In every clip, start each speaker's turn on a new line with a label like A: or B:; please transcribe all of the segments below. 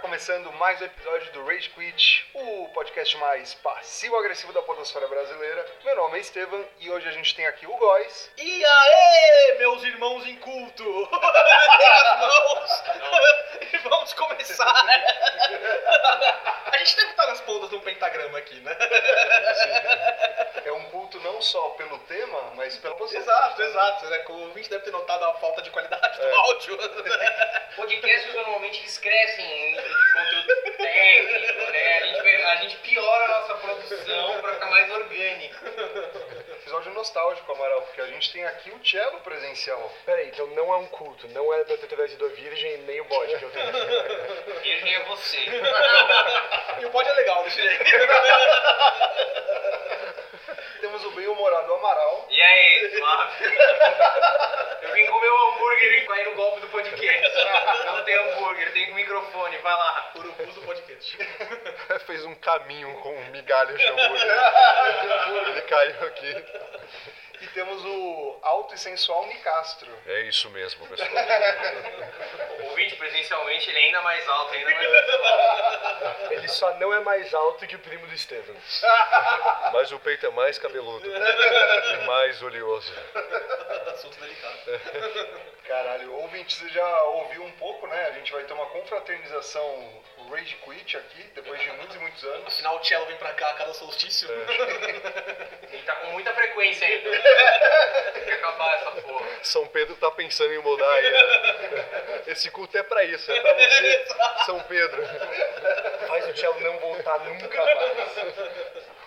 A: começando mais um episódio do Rage Quit, o podcast mais passivo-agressivo da podosfera brasileira. Meu nome é Estevam e hoje a gente tem aqui o Góis.
B: E aê, meus irmãos inculto! Levem as mãos e vamos começar! A gente deve estar nas pontas de um pentagrama aqui, né?
A: É um culto não só pelo tema, mas pela É posição.
B: Exato, exato. Né? O ouvinte deve ter notado a falta de qualidade do
A: É.
B: áudio.
C: Podcasts normalmente eles crescem em nível de conteúdo técnico, né? A gente, a gente piora a nossa produção pra ficar mais orgânico.
A: um Episódio nostálgico, Amaral, porque a gente tem aqui o cello presencial.
D: Peraí, então não é um culto, não é da tentativa da virgem e nem o bode que eu tenho.
C: Virgem é você.
B: E o pod é legal desse jeito.
A: Temos o bem-humorado Amaral.
C: E aí, Flávio? Eu vim comer um hambúrguer e caí no golpe do podcast. Não tem hambúrguer, tem microfone, vai lá.
B: Urubus do podcast.
D: Fez um caminho com um migalho de hambúrguer. Ele caiu aqui.
A: E temos o alto e sensual Nicastro.
D: É isso mesmo, pessoal.
C: O ouvinte presencialmente ele é ainda mais alto, ainda mais
D: Ele só não é mais alto que o primo do Estevam. Mas o peito é mais cabeludo. E mais oleoso.
B: Assunto
A: É.
B: delicado.
A: Caralho, ouvinte, você já ouviu um pouco, né? A gente vai ter uma confraternização Rage Quit aqui, depois de muitos e muitos anos.
B: Afinal, o Cello vem pra cá a cada solstício.
A: É.
C: Ele tá com muita frequência ainda. Tem que acabar essa porra.
D: São Pedro tá pensando em mudar aí. né? Esse culto é pra isso, é pra você, São Pedro.
A: Faz o Tchelo não
D: Tá
A: voltar nunca mais.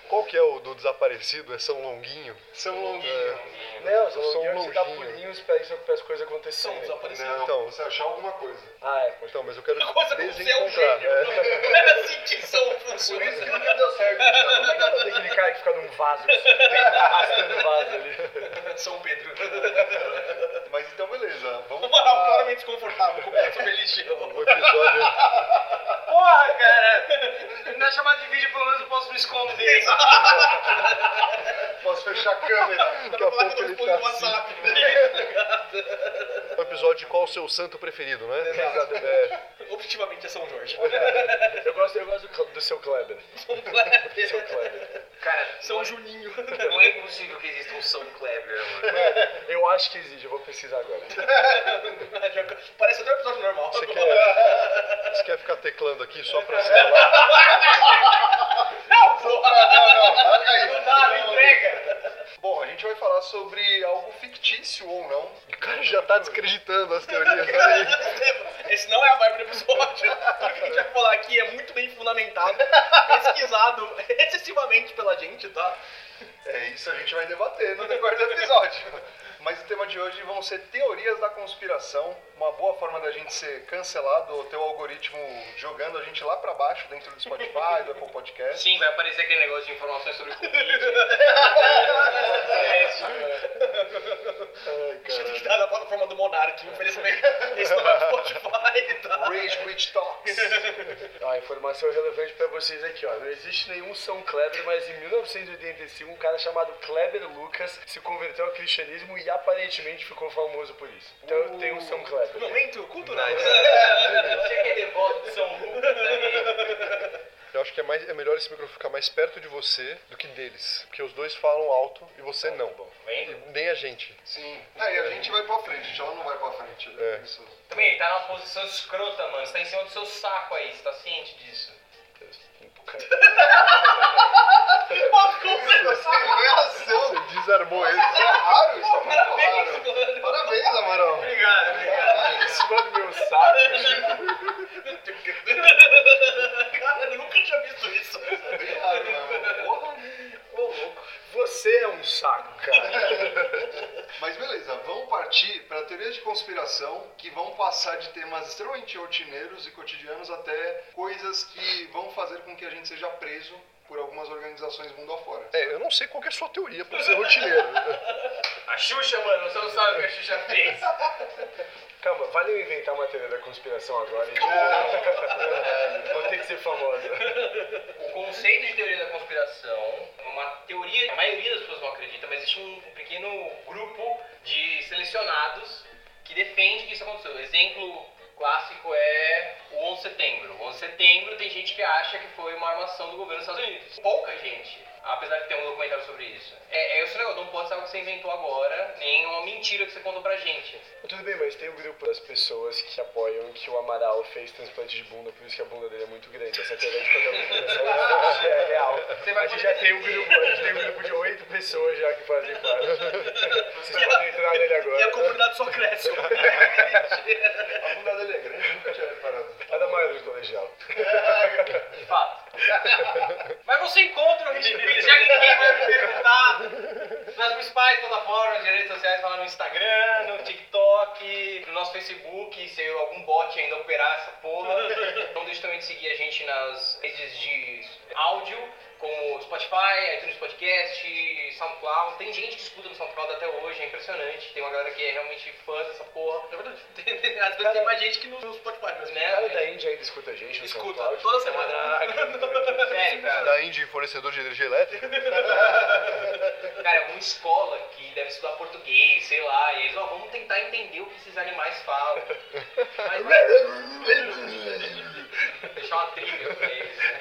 D: Qual que é o do desaparecido? É São Longuinho?
A: São Longuinho.
D: Não, São Longuinho você tá dá
A: pulinhos
D: pra isso, pra as coisas
B: São
D: acontecerem.
B: desaparecidos.
A: Não,
D: Então.
A: tá você achar alguma coisa.
D: Ah, é. Então, mas eu quero
B: Coisa como você é um
D: desencontrar.
B: gênio.
D: É.
B: Não é assim que são
A: Por isso que
B: funciona.
A: nunca deu certo, Tchelo.
D: Como é que é o nome daquele cara que fica num vaso, que fica arrastando o vaso ali?
B: São Pedro.
A: Mas então, beleza.
B: Um
A: Vamos
B: moral
A: falar.
B: claramente desconfortável com essa religião.
D: O episódio...
C: Porra, cara! Na chamada de vídeo, pelo menos eu posso me esconder.
A: Posso fechar a câmera.
D: Daqui a
B: Falar que eu
D: pouco
B: não
D: ele
B: respondo
D: tá
B: no
D: assim.
B: WhatsApp.
D: O episódio de qual o seu santo preferido, né?
B: Exato.
D: É,
B: Objetivamente é São Jorge.
D: eu gosto, eu gosto do, Cl- do seu Kleber. Seu Kleber.
C: Cara,
B: São Juninho.
C: não é impossível que exista um São Kleber, mano.
D: Eu acho que exige, eu vou pesquisar agora.
B: Parece até um episódio normal.
D: Você
C: é-
D: quer, você quer ficar teclando aqui só pra se falar?
B: Não, porra!
C: Não dá, me entrega!
D: assim.
A: Bom, a gente vai falar sobre algo fictício ou não.
D: O cara já tá descreditando as teorias. Olha aí.
B: Esse não é a vibe do episódio. Tudo que a gente vai falar aqui é muito bem fundamentado, pesquisado excessivamente pela gente, tá?
A: É isso a gente vai debater no decorrer do episódio. Mas o tema de hoje vão ser teorias da conspiração, uma boa forma da gente ser cancelado ou ter o algoritmo jogando a gente lá pra baixo dentro do Spotify, do Apple Podcast.
C: Sim, vai aparecer aquele negócio de informações sobre Covid.
A: Ai,
B: Deixa eu
A: cara.
B: tirar da plataforma do Monark, infelizmente. Esse não é o Spotify, tá?
A: Rage Quit Talks.
D: Ó, Ah, informação relevante pra vocês aqui, ó. Não existe nenhum São Kleber, mas em 1985 um cara chamado Kleber Lucas se converteu ao cristianismo e aparentemente ficou famoso por isso. Então eu tenho um São Kleber.
B: Momento cultural.
C: Você que é devoto de São Lucas, né?
D: Eu acho que é, mais, é melhor esse microfone ficar mais perto de você do que deles. Porque os dois falam alto e você não.
C: Vendo?
D: Nem a gente.
A: Sim. Aí a gente vai pra frente, ela não vai pra frente. né?
D: É.
A: Isso.
C: Também, ele tá numa posição escrota, mano. Você tá em cima do seu saco aí, você tá ciente disso.
A: Você reação.
D: Você desarmou ele.
A: Isso é raro, isso é
B: Parabéns,
A: muito raro.
B: mano.
A: Parabéns, Amaral.
C: Obrigado, obrigado.
D: Mano, meu saco.
B: Cara, eu nunca tinha visto isso.
A: Bem raro, né? Porra.
D: Ô, louco. Você é um saco, cara.
A: Mas beleza, vamos partir para teorias de conspiração que vão passar de temas extremamente rotineiros e cotidianos até coisas que vão fazer com que a gente seja preso por algumas organizações mundo afora.
D: É, eu não sei qual que é a sua teoria pra ser rotineiro.
C: A Xuxa, mano, você não sabe o que a Xuxa fez.
D: Calma, vale eu inventar uma teoria da conspiração agora? Vou ter que ser famosa.
C: O conceito de teoria da conspiração é uma teoria, a maioria das pessoas não acredita, mas existe um pequeno grupo de selecionados que defende que isso aconteceu. Exemplo, clássico é o 11 de setembro. O 11 de setembro tem gente que acha que foi uma armação do governo dos Estados Unidos. Pouca gente, apesar de ter um documentário sobre isso. É, é esse negócio, não pode ser algo que você inventou agora, nem é uma mentira que você contou pra gente.
E: Tudo bem, mas tem o grupo das pessoas que apoiam que o Amaral fez transplante de bunda, por isso que a bunda dele é muito grande. Essa teoria de toda a população é real.
C: Você vai
E: A gente
C: poder
E: já tem um
C: decidir.
E: grupo, a gente tem um grupo de oito pessoas já que fazem parte. Vocês podem entrar nele
B: E a
E: agora.
B: comunidade só cresce.
A: A bunda dele é grande, nunca tinha reparado.
E: É da maioria do colegial.
C: De fato.
B: Mas você encontra o Richard Miller.
C: Já que ninguém vai me perguntar, nas principais plataformas de redes sociais, falar no Instagram, no TikTok, no nosso Facebook, se algum bot ainda operar essa porra. Não deixe também de seguir a gente nas redes de áudio, como Spotify, iTunes Podcast, SoundCloud. Tem gente que escuta no SoundCloud até hoje, é impressionante. Tem uma galera que é realmente fã dessa porra.
B: Na verdade, tem- tem- Às vezes tem mais gente que não usa o Spotify mesmo.
C: Né?
E: cara da Índia ainda escuta a gente no São
B: Escuta,
E: Paulo?
B: toda semana.
C: Sério, cara.
D: Da Indy, fornecedor de energia elétrica.
C: Cara, é uma escola que deve estudar português, sei lá, e eles, ó, vamos tentar entender o que esses animais falam. Mas, um deixar uma trilha pra eles, né?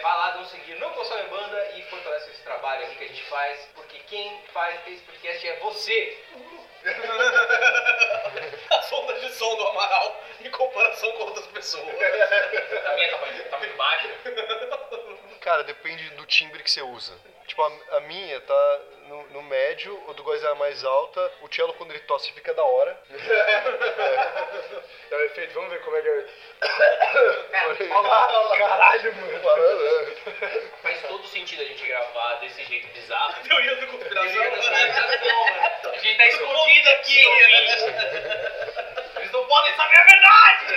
C: Vai lá, dá um seguir no Consome Banda e fortalece esse trabalho aqui que a gente faz, porque quem faz esse podcast é você.
B: As ondas de som do Amaral em comparação com outras pessoas.
C: A minha tá, mais- tá muito baixa.
D: Cara, depende do timbre que você usa. Tipo, a, a minha tá no, no médio, o do Góis é a mais alta. O cello, quando ele tosse, fica da hora.
E: Dá um efeito, vamos ver como é que é.
C: Cara,
E: Caralho, mano.
C: faz todo sentido a gente gravar desse jeito bizarro.
B: Teoria do conspiração.
C: A gente tá escondido aqui, né? ouvinte. Eles não podem saber a verdade!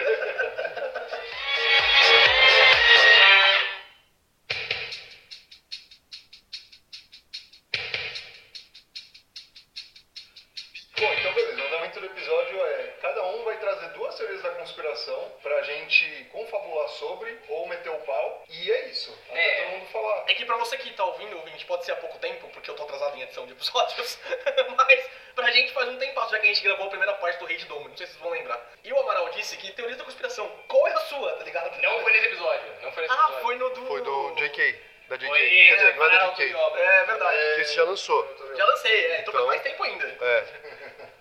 A: Bom, então beleza, o andamento do episódio é cada um vai trazer duas teorias da conspiração pra gente confabular sobre ou meter o pau. E é isso. Até
C: É.
A: todo mundo falar.
B: É que pra você que tá ouvindo, ouvinte, pode ser há pouco tempo, porque eu tô atrasado em edição de episódios, mas pra gente faz um tempo, já que a gente gravou a primeira parte do Rei de Domo, não sei se vocês vão lembrar. E o Amaral disse que teoria da conspiração, qual é a sua, tá ligado?
C: Não foi nesse episódio. Não foi nesse
B: Ah,
C: episódio.
B: foi no do...
D: Foi do JK. Da JK.
C: Foi,
D: Quer dizer, não é da
C: Amaral
D: JK.
C: Tuiobra.
B: É, verdade.
D: que Esse já lançou.
B: Já lancei, é, então,
D: Então.
B: faz tempo ainda.
D: É.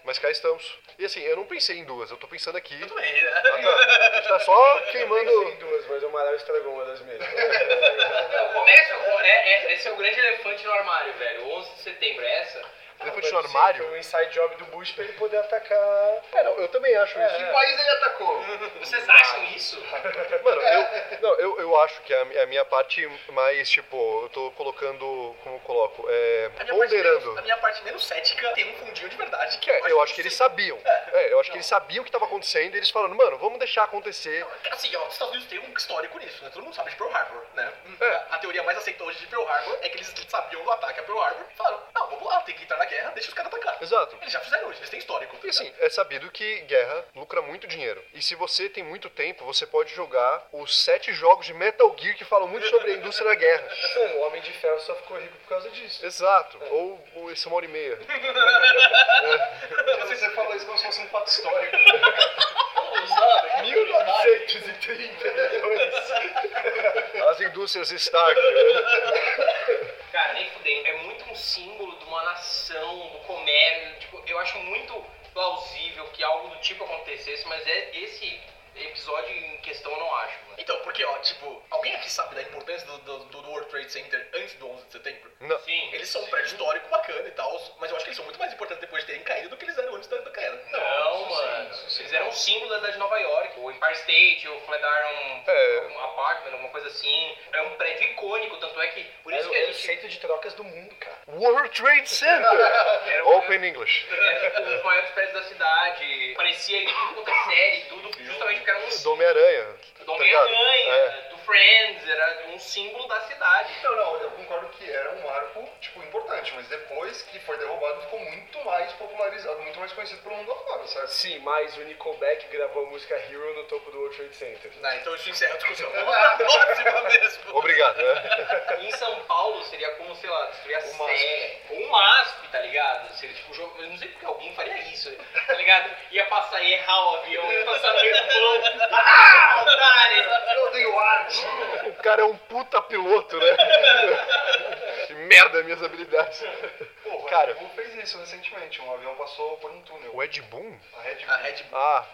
D: Mas cá estamos. E assim, eu não pensei em duas, eu tô pensando aqui.
B: Tudo bem, né?
D: Ah, tá. A gente tá só
E: Tem
D: queimando.
E: duas, mas o Amaral estragou uma das mesmas.
C: Não, começa com- é, é- esse é o grande elefante no armário, velho. O 11 de setembro é essa.
D: Elefante no armário.
E: Foi um inside job do Bush pra ele poder atacar.
D: É, não, eu também acho isso.
A: Que país ele atacou?
C: Vocês acham isso?
D: Mano, eu, não, eu, eu acho que é a, mi- a minha parte mais, tipo, eu tô colocando, como eu coloco, é,
B: A minha, parte
D: ponderando.
B: menos, a minha parte menos cética tem um fundinho de verdade que assim,
D: É, eu acho que
B: ele
D: eles sabiam. É, eu acho que eles sabiam o que tava acontecendo e eles falando, mano, vamos deixar acontecer.
B: Assim, ó, os Estados Unidos tem um histórico nisso, né? Todo mundo sabe de Pearl Harbor, né?
D: É.
B: A- A teoria mais aceita hoje de Pearl Harbor é que eles sabiam do ataque a Pearl Harbor e falaram, não, vamos lá, tem que entrar na guerra, deixa os caras atacar.
D: Exato.
B: Eles já fizeram hoje, eles têm histórico.
D: E assim, é sabido que guerra lucra muito dinheiro. E se você tem muito tempo, você pode jogar os sete jogos de Metal Gear que falam muito sobre a indústria da guerra.
E: Mano, o Homem de Ferro só ficou rico por causa disso.
D: Exato. Ou, ou esse é uma hora e meia.
B: assim,
A: Você fala isso como se fosse um fato histórico.
E: 1932.
D: As indústrias Stark.
C: Cara, nem fudendo. É muito um símbolo de uma nação, do comércio. Tipo, eu acho muito plausível que algo do tipo acontecesse, mas é esse episódio em questão eu não acho, mano.
B: Então, porque, ó, tipo, alguém aqui sabe da importância do, do, do World Trade Center antes do 11 de setembro?
D: Não.
C: Sim.
B: Eles são um prédio histórico bacana e tal, mas eu acho que eles são muito mais importantes depois de terem caído do que eles eram antes da, da queda.
C: Não, mano. Eles eram um símbolo da cidade de Nova York. O Empire State, o Flat Iron
D: É.
C: um Apartment, alguma coisa assim. É um prédio icônico, tanto é que... Por
E: Era
C: isso
E: o
C: que
E: era
C: a
E: o
C: gente...
E: centro de trocas do mundo, cara.
D: World Trade Center!
C: Era um-
D: Open English.
C: Era um dos maiores prédios da cidade. Parecia ele tudo contra a série, tudo justamente porque
B: Tá
C: era um
D: Do
C: símbolo
D: Homem-Aranha.
C: do
D: ligado?
C: Homem-Aranha, né,
D: É.
C: do Friends, era um símbolo da cidade.
A: Não, não, eu concordo que era um marco, tipo, importante, mas depois que foi derrubado ficou muito mais popularizado, muito mais conhecido pelo mundo afora, certo?
E: Sim, mas o Nickelback gravou a música Hero no topo do World Trade Center.
B: Não, então isso encerra a discussão. Vamos pra próxima mesmo.
D: Obrigado, né?
B: Um
C: Em São Paulo seria como, sei lá, destruir a
A: O MASP.
C: Sé, ou um asp, tá ligado? Se ele, tipo, jogo, eu não sei porque alguém faria isso, tá ligado? Ia passar e errar o avião, ia passar no meio do voo. Ah, otário!
F: Eu odeio arte.
D: O cara é um puta piloto, né? Que merda minhas habilidades.
F: Pô, o
D: Cara.
F: Red Bull fez isso recentemente. Um avião passou por um túnel.
D: O Ed Boon?
F: A Red Bull.
B: A Red Bull.
D: Ah,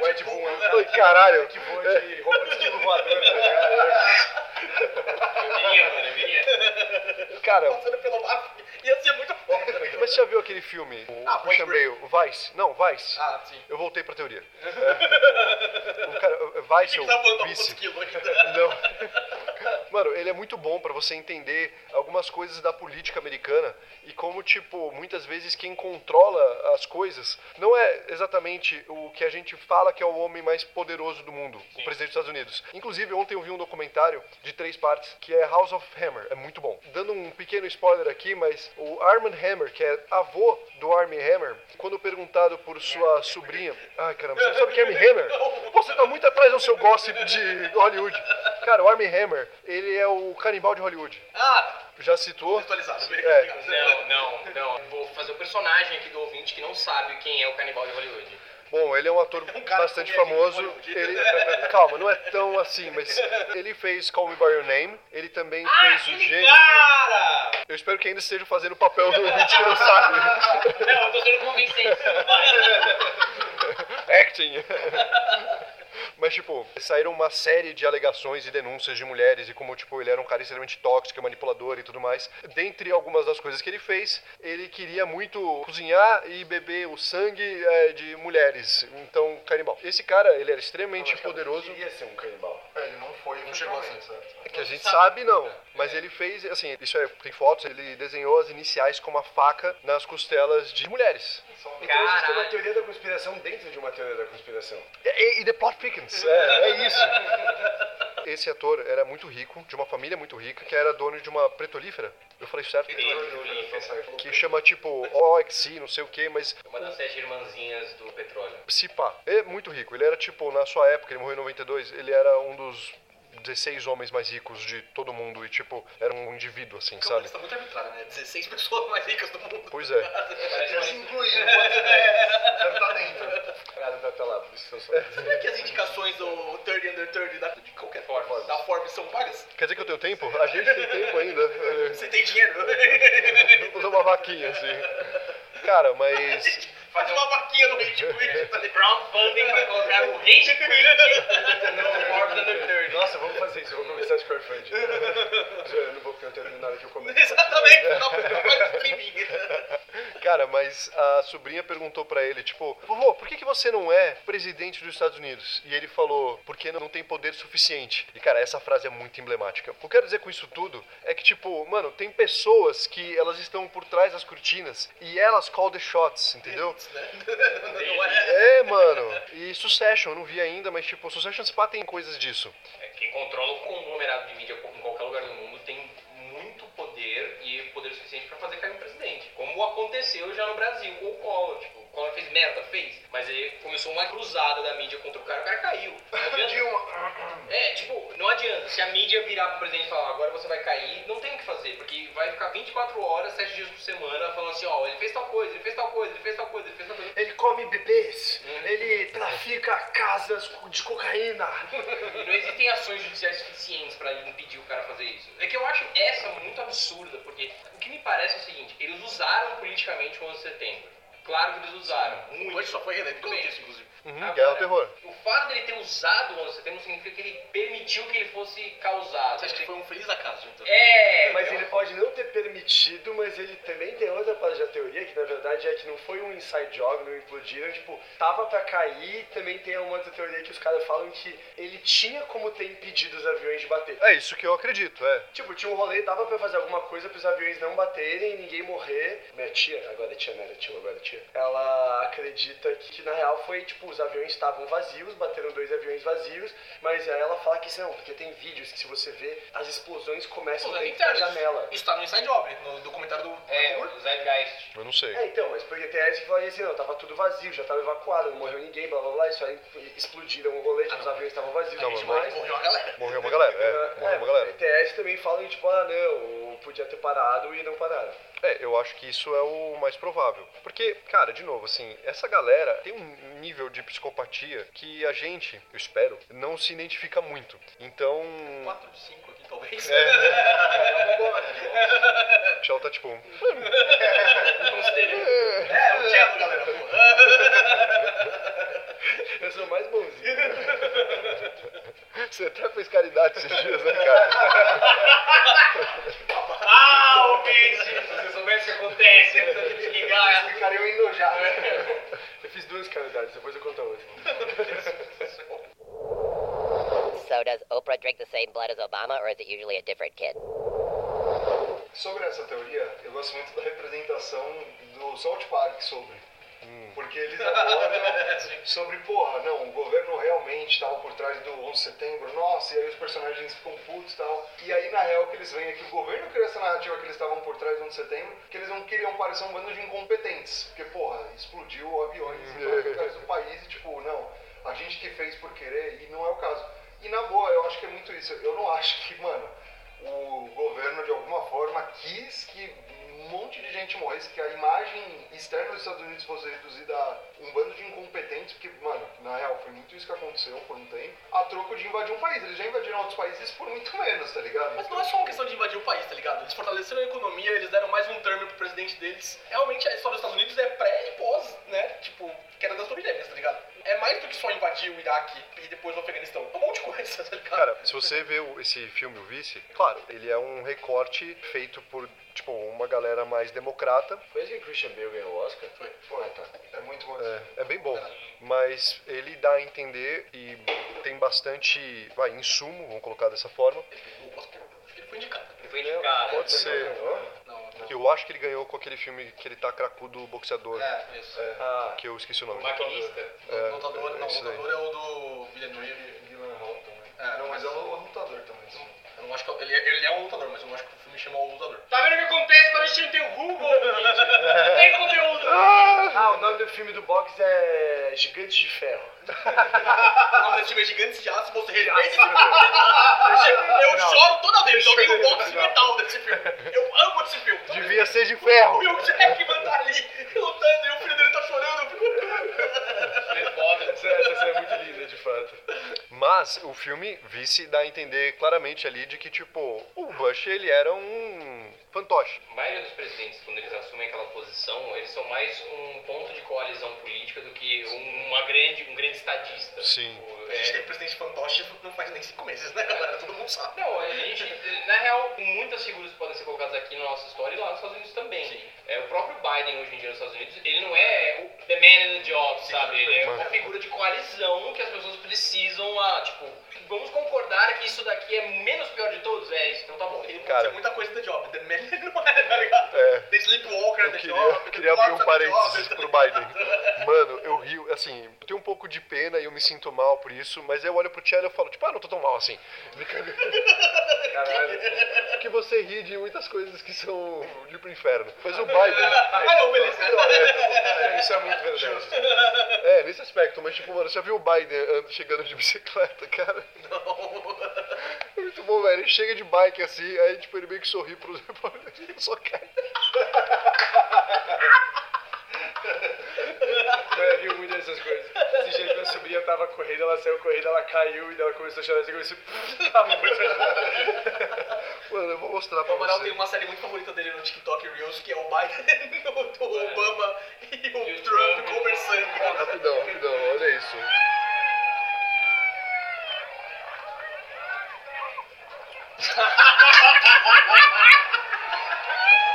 B: O Red Bull.
D: ai, caralho.
A: Que boa de roupa de estilo voador, tá ligado?
C: Eu viria, mano, eu viria.
D: Cara,
B: Passando pelo mapa. Ia ser muito foda.
D: mas você já viu aquele filme?
B: Ah,
D: O
B: Point
D: Christian Bale, o Vice? Não, Vice.
B: Ah, sim.
D: Eu voltei pra teoria. É. O cara, o- o Vice
B: Tinha
D: ou
B: que tá falando alguns
D: Vice?
B: quilos ainda.
D: Não. Mano, ele é muito bom pra você entender algumas coisas da política americana e como, tipo, muitas vezes quem controla as coisas não é exatamente o que a gente fala que é o homem mais poderoso do mundo, o presidente dos Estados Unidos. Inclusive, ontem eu vi um documentário de três partes que é House of Hammer, é muito bom. Dando um pequeno spoiler aqui, mas o Armand Hammer, que é avô do Armie Hammer, quando perguntado por sua sobrinha, ai caramba, você não sabe quem é Armie Hammer? Pô, Você tá muito atrás do seu gossip de Hollywood. Cara, o Armie Hammer, ele é o canibal de Hollywood.
B: Ah,
D: Já citou?
B: atualizado. né?
D: É.
C: Não, não, não. Vou fazer o personagem aqui do ouvinte que não sabe quem é o canibal de Hollywood.
D: Bom, ele é um ator
B: cara
D: bastante
B: que comia
D: famoso.
B: gente de
D: Ele, calma, não é tão assim, mas ele fez Call Me By Your Name, ele também
C: Ah,
D: fez o
C: que
D: gênio.
C: cara!
D: Eu espero que ainda esteja fazendo o papel do dinossauro.
C: Não, eu tô sendo convincente.
D: Acting. Mas, tipo, saíram uma série de alegações e denúncias de mulheres e como, tipo, ele era um cara extremamente tóxico, manipulador e tudo mais. Dentre algumas das coisas que ele fez, ele queria muito cozinhar e beber o sangue eh, de mulheres. Então, canibal. Esse cara, ele era extremamente poderoso.
A: Queria ser um canibal.
F: É, Ele não foi, não chegou assim, certo?
D: Que a gente sabe não, mas ele fez, assim, isso é, tem fotos, ele desenhou as iniciais com uma faca nas costelas de mulheres.
A: Então existe uma
C: Caralho.
A: teoria da conspiração dentro de uma teoria da conspiração.
D: E, e The Plot Thickens, é, é isso. Esse ator era muito rico, de uma família muito rica, que era dono de uma petrolífera, eu falei certo?
C: então.
D: Que chama, tipo, OXI, não sei o que, mas
C: Uma das sete irmãzinhas do petróleo.
D: Psipá. Ele é muito rico. Ele era, tipo, na sua época, ele morreu em 92, ele era um dos 16 homens mais ricos de todo mundo e, tipo, era um indivíduo, assim,
B: Então,
D: sabe?
B: Eles estão muito arbitrários, né? 16 pessoas mais ricas do mundo.
D: Pois é.
F: Já se incluiu, pode ser 10. Deve
A: tá
F: estar dentro.
A: Ah, não tá lá, por isso que eu sou só.
B: Será é que as indicações do 30 under 30 da, de qualquer forma, da Forbes são pagas?
D: Quer dizer que eu tenho tempo? A gente tem tempo ainda. É,
B: Você tem dinheiro?
D: Vou fazer uma vaquinha, assim. Cara, mas.
B: Faz uma vaquinha no Rage Quit, tá ligado?
C: Crowdfunding pra colocar o Rage Quit no Forbes Under 30.
A: Nossa, vamos fazer isso, vamos começar de crowdfunding. Eu não vou porque eu não tenho nada que eu comento.
B: Exatamente, não, faz streaming.
D: Cara, mas a sobrinha perguntou pra ele, tipo, vovô, por que, que você não é presidente dos Estados Unidos? E ele falou, porque não tem poder suficiente. E, cara, essa frase é muito emblemática. O que eu quero dizer com isso tudo é que, tipo, mano, tem pessoas que elas estão por trás das cortinas e elas call the shots, entendeu?
B: Não é.
D: É, mano. E Succession, eu não vi ainda, mas, tipo, Succession se pá tem coisas disso.
C: É, Quem controla o conglomerado de mídia em qualquer lugar do mundo tem muito poder e poder suficiente pra fazer cair um presidente. Como aconteceu já no Brasil com o Collor. Tipo, o Collor fez merda, fez. Mas aí começou uma cruzada da mídia contra o cara, o cara caiu. Não adianta- É, tipo, não adianta. Se a mídia virar pro presidente e falar agora você vai cair, não tem o que fazer, porque vai ficar 24 horas, 7 dias por semana, falando assim, ó, ele fez tal coisa, ele fez tal coisa, ele fez tal coisa, ele fez tal coisa.
A: Ele come bebês, ele trafica casas de cocaína.
C: E não existem ações judiciais suficientes pra impedir o cara fazer isso. É que eu acho essa muito absurda, porque o que me parece é o seguinte, eles usaram politicamente o 11 de setembro. Claro que eles usaram, muito.
B: Hoje só foi reeleito pelo
C: Bem,
B: disso, inclusive.
D: Uhum,
C: Agora,
D: Guerra ao Terror.
C: O fato dele ter usado o 11 de setembro significa que ele permitiu que ele fosse causado.
B: Você acha que foi um feliz acaso, então?
C: É,
A: Mas ele pode não ter permitido, mas ele também tem outra parte da teoria, que na verdade é que não foi um inside job, não implodiram, tipo, tava pra cair, também tem uma outra teoria que os caras falam que ele tinha como ter impedido os aviões de bater.
D: É isso que eu acredito, é.
A: Tipo, tinha um rolê, dava pra fazer alguma coisa pros aviões não baterem, ninguém morrer. Minha tia, agora é tia, não era tia, agora é tia. Ela acredita que, que, na real foi, tipo, os aviões estavam vazios, bateram dois aviões vazios, mas aí ela fala que isso não, porque tem vídeos que se você vê, as explosões começam
B: Explosão
A: dentro da
B: interna.
A: janela.
B: então, Isso tá no Inside Job, no documentário do
C: é,
B: do-
C: o Zeitgeist.
D: Eu não sei.
A: É, então, mas porque tem essa que fala assim, não, tava tudo vazio, já tava evacuado, não morreu ninguém, blá blá blá, isso aí explodiram o rolê, tipo, os aviões estavam vazios, é,
D: Não,
A: tudo
D: mas-
A: mais.
B: Morreu a galera.
D: Morreu uma galera, é. Morreu uma galera.
A: O BTS também falam, tipo, ah, não, o
E: podia ter parado e não pararam.
D: É, eu acho que isso é o mais provável. Porque, cara, de novo, assim, essa galera tem um nível de psicopatia que a gente, eu espero, não se identifica muito. Então.
B: 4 de 5 aqui, talvez.
D: O Shell tá tipo.
B: É, o Cello, galera. pô.
E: Eu sou mais bonzinho.
D: Você até fez caridade esses dias, né, cara?
C: Ah, ouvinte! Se você soubesse o que acontece, é eu tenho que desligar.
A: Ficariam enojados.
E: Eu fiz duas caridades, depois eu conto a outra.
G: So does Oprah drink the same blood as Obama, or is it usually a different kid?
A: Sobre essa teoria, eu gosto muito da representação do South Park sobre. Porque eles abordam sobre, porra, não, o governo realmente estava por trás do 11 de setembro, nossa, e aí os personagens ficam putos e tal. E aí, na real, o que eles veem é que o governo criou essa narrativa que eles estavam por trás do 11 de setembro, que eles não queriam parecer um bando de incompetentes. Porque, porra, explodiu aviões então, por trás do país e, tipo, não, a gente que fez por querer e não é o caso. E, na boa, eu acho que é muito isso. Eu não acho que, mano, o governo de alguma forma quis que um monte de gente morresse, que a imagem externa dos Estados Unidos fosse reduzida a um bando de incompetentes, porque, mano, na real foi muito isso que aconteceu por um tempo, a troco de invadir um país. Eles já invadiram outros países por muito menos, tá ligado?
B: Mas não é só uma questão de invadir o país, tá ligado? Eles fortaleceram a economia, eles deram mais um termo pro presidente deles. Realmente a história dos Estados Unidos é pré e pós, né? Tipo, queda das torres gêmeas, tá ligado? É mais do que só invadir o Iraque e depois o Afeganistão. É um monte de coisa, tá ligado?
D: Cara, se você vê o- esse filme, O Vice, claro, ele é um recorte feito por, tipo, uma galera mais democrata.
E: Foi assim que o Christian Bale ganhou o Oscar? Foi. Foi. tá.
A: É muito bom.
D: É, é bem bom. Mas ele dá a entender e tem bastante, vai, insumo, vamos colocar dessa forma.
B: O Oscar, acho que ele foi indicado. tá
C: Eu fui indicado.
D: Pode ser.
B: Não, não.
D: Eu acho que ele ganhou com aquele filme que ele tá cracudo boxeador,
B: É, isso.
E: Ah,
D: que eu esqueci o nome.
C: Maquinista.
D: É,
B: O lutador, não, o
D: esse daí.
B: lutador é o do Villeneuve.
A: Guilherme Hall também.
B: É,
A: não, mas
B: mas-
A: é o lutador também.
B: Eu não acho que ele, ele é um lutador, mas eu não acho que o filme chama o lutador.
C: Tá vendo o que acontece quando a gente não tem o Google? gente? Tem conteúdo.
E: Ah, o nome do filme do box é Gigantes de Ferro.
B: O nome desse filme é Gigantes de Aço, você respeita esse filme. tipo, Eu choro toda vez que eu tenho um box de metal desse filme. Eu amo esse filme. Toda
D: Devia ser de ferro!
B: E o Jackman tá ali lutando e o filho dele tá chorando. Eu fico- É
E: Essa, essa cena é muito linda, de fato.
D: Mas o filme Vice dá a entender claramente ali de que, tipo, o Bush ele era um fantoche.
C: A maioria dos presidentes, quando eles assumem aquela posição, eles são mais um ponto de coalizão política do que um- uma grande, um grande estadista.
D: Sim.
C: Tipo,
B: A gente
C: é-
B: tem presidente fantoche não faz nem cinco meses, né, galera? Todo mundo sabe.
C: Não, a gente, na real, muitas figuras podem ser colocadas aqui na nossa história e lá nos Estados Unidos também. É, o próprio Biden hoje em dia nos Estados Unidos, ele não é o the man in the job, sabe? Ele é uma figura de coalizão que as pessoas precisam, ah, tipo, vamos concordar que isso daqui é menos pior de todos? É isso, então tá bom.
B: Ele pode
D: Cara.
B: ser muita coisa da job. The Man não é, tá ligado? The Sleepwalker
D: Eu
B: da
D: queria,
B: job. The
D: queria abrir um
B: Clock da Job,
D: parênteses
B: tá
D: pro Biden. Mano, eu rio, assim, eu tenho um pouco de pena e eu me sinto mal por isso, mas eu olho pro Tchelo e eu falo, tipo, ah, não tô tão mal assim.
E: Caralho.
D: Porque você ri de muitas coisas que são de ir pro inferno. Mas o né? Biden,
B: Ah, não, beleza.
E: É, Isso é muito verdade.
D: é, nesse aspecto, mas tipo, mano, você já viu o Biden and- chegando de bicicleta, cara? É muito bom, velho. Ele chega de bike assim, aí tipo, ele meio que sorri pro só cai.
E: Eu rio muito dessas coisas. Esse jeito minha sobrinha tava correndo, ela saiu correndo, ela caiu e ela começou a chorar assim, começou a
D: Mano, eu vou mostrar
B: O
D: pra
A: um
B: Amaral tem
D: você.
B: uma série muito favorita dele no TikTok Reels, que é o Biden, o do Obama e o
C: E o
B: Trump,
C: Trump.
B: conversando. cara.
D: Rapidão, rapidão, olha isso.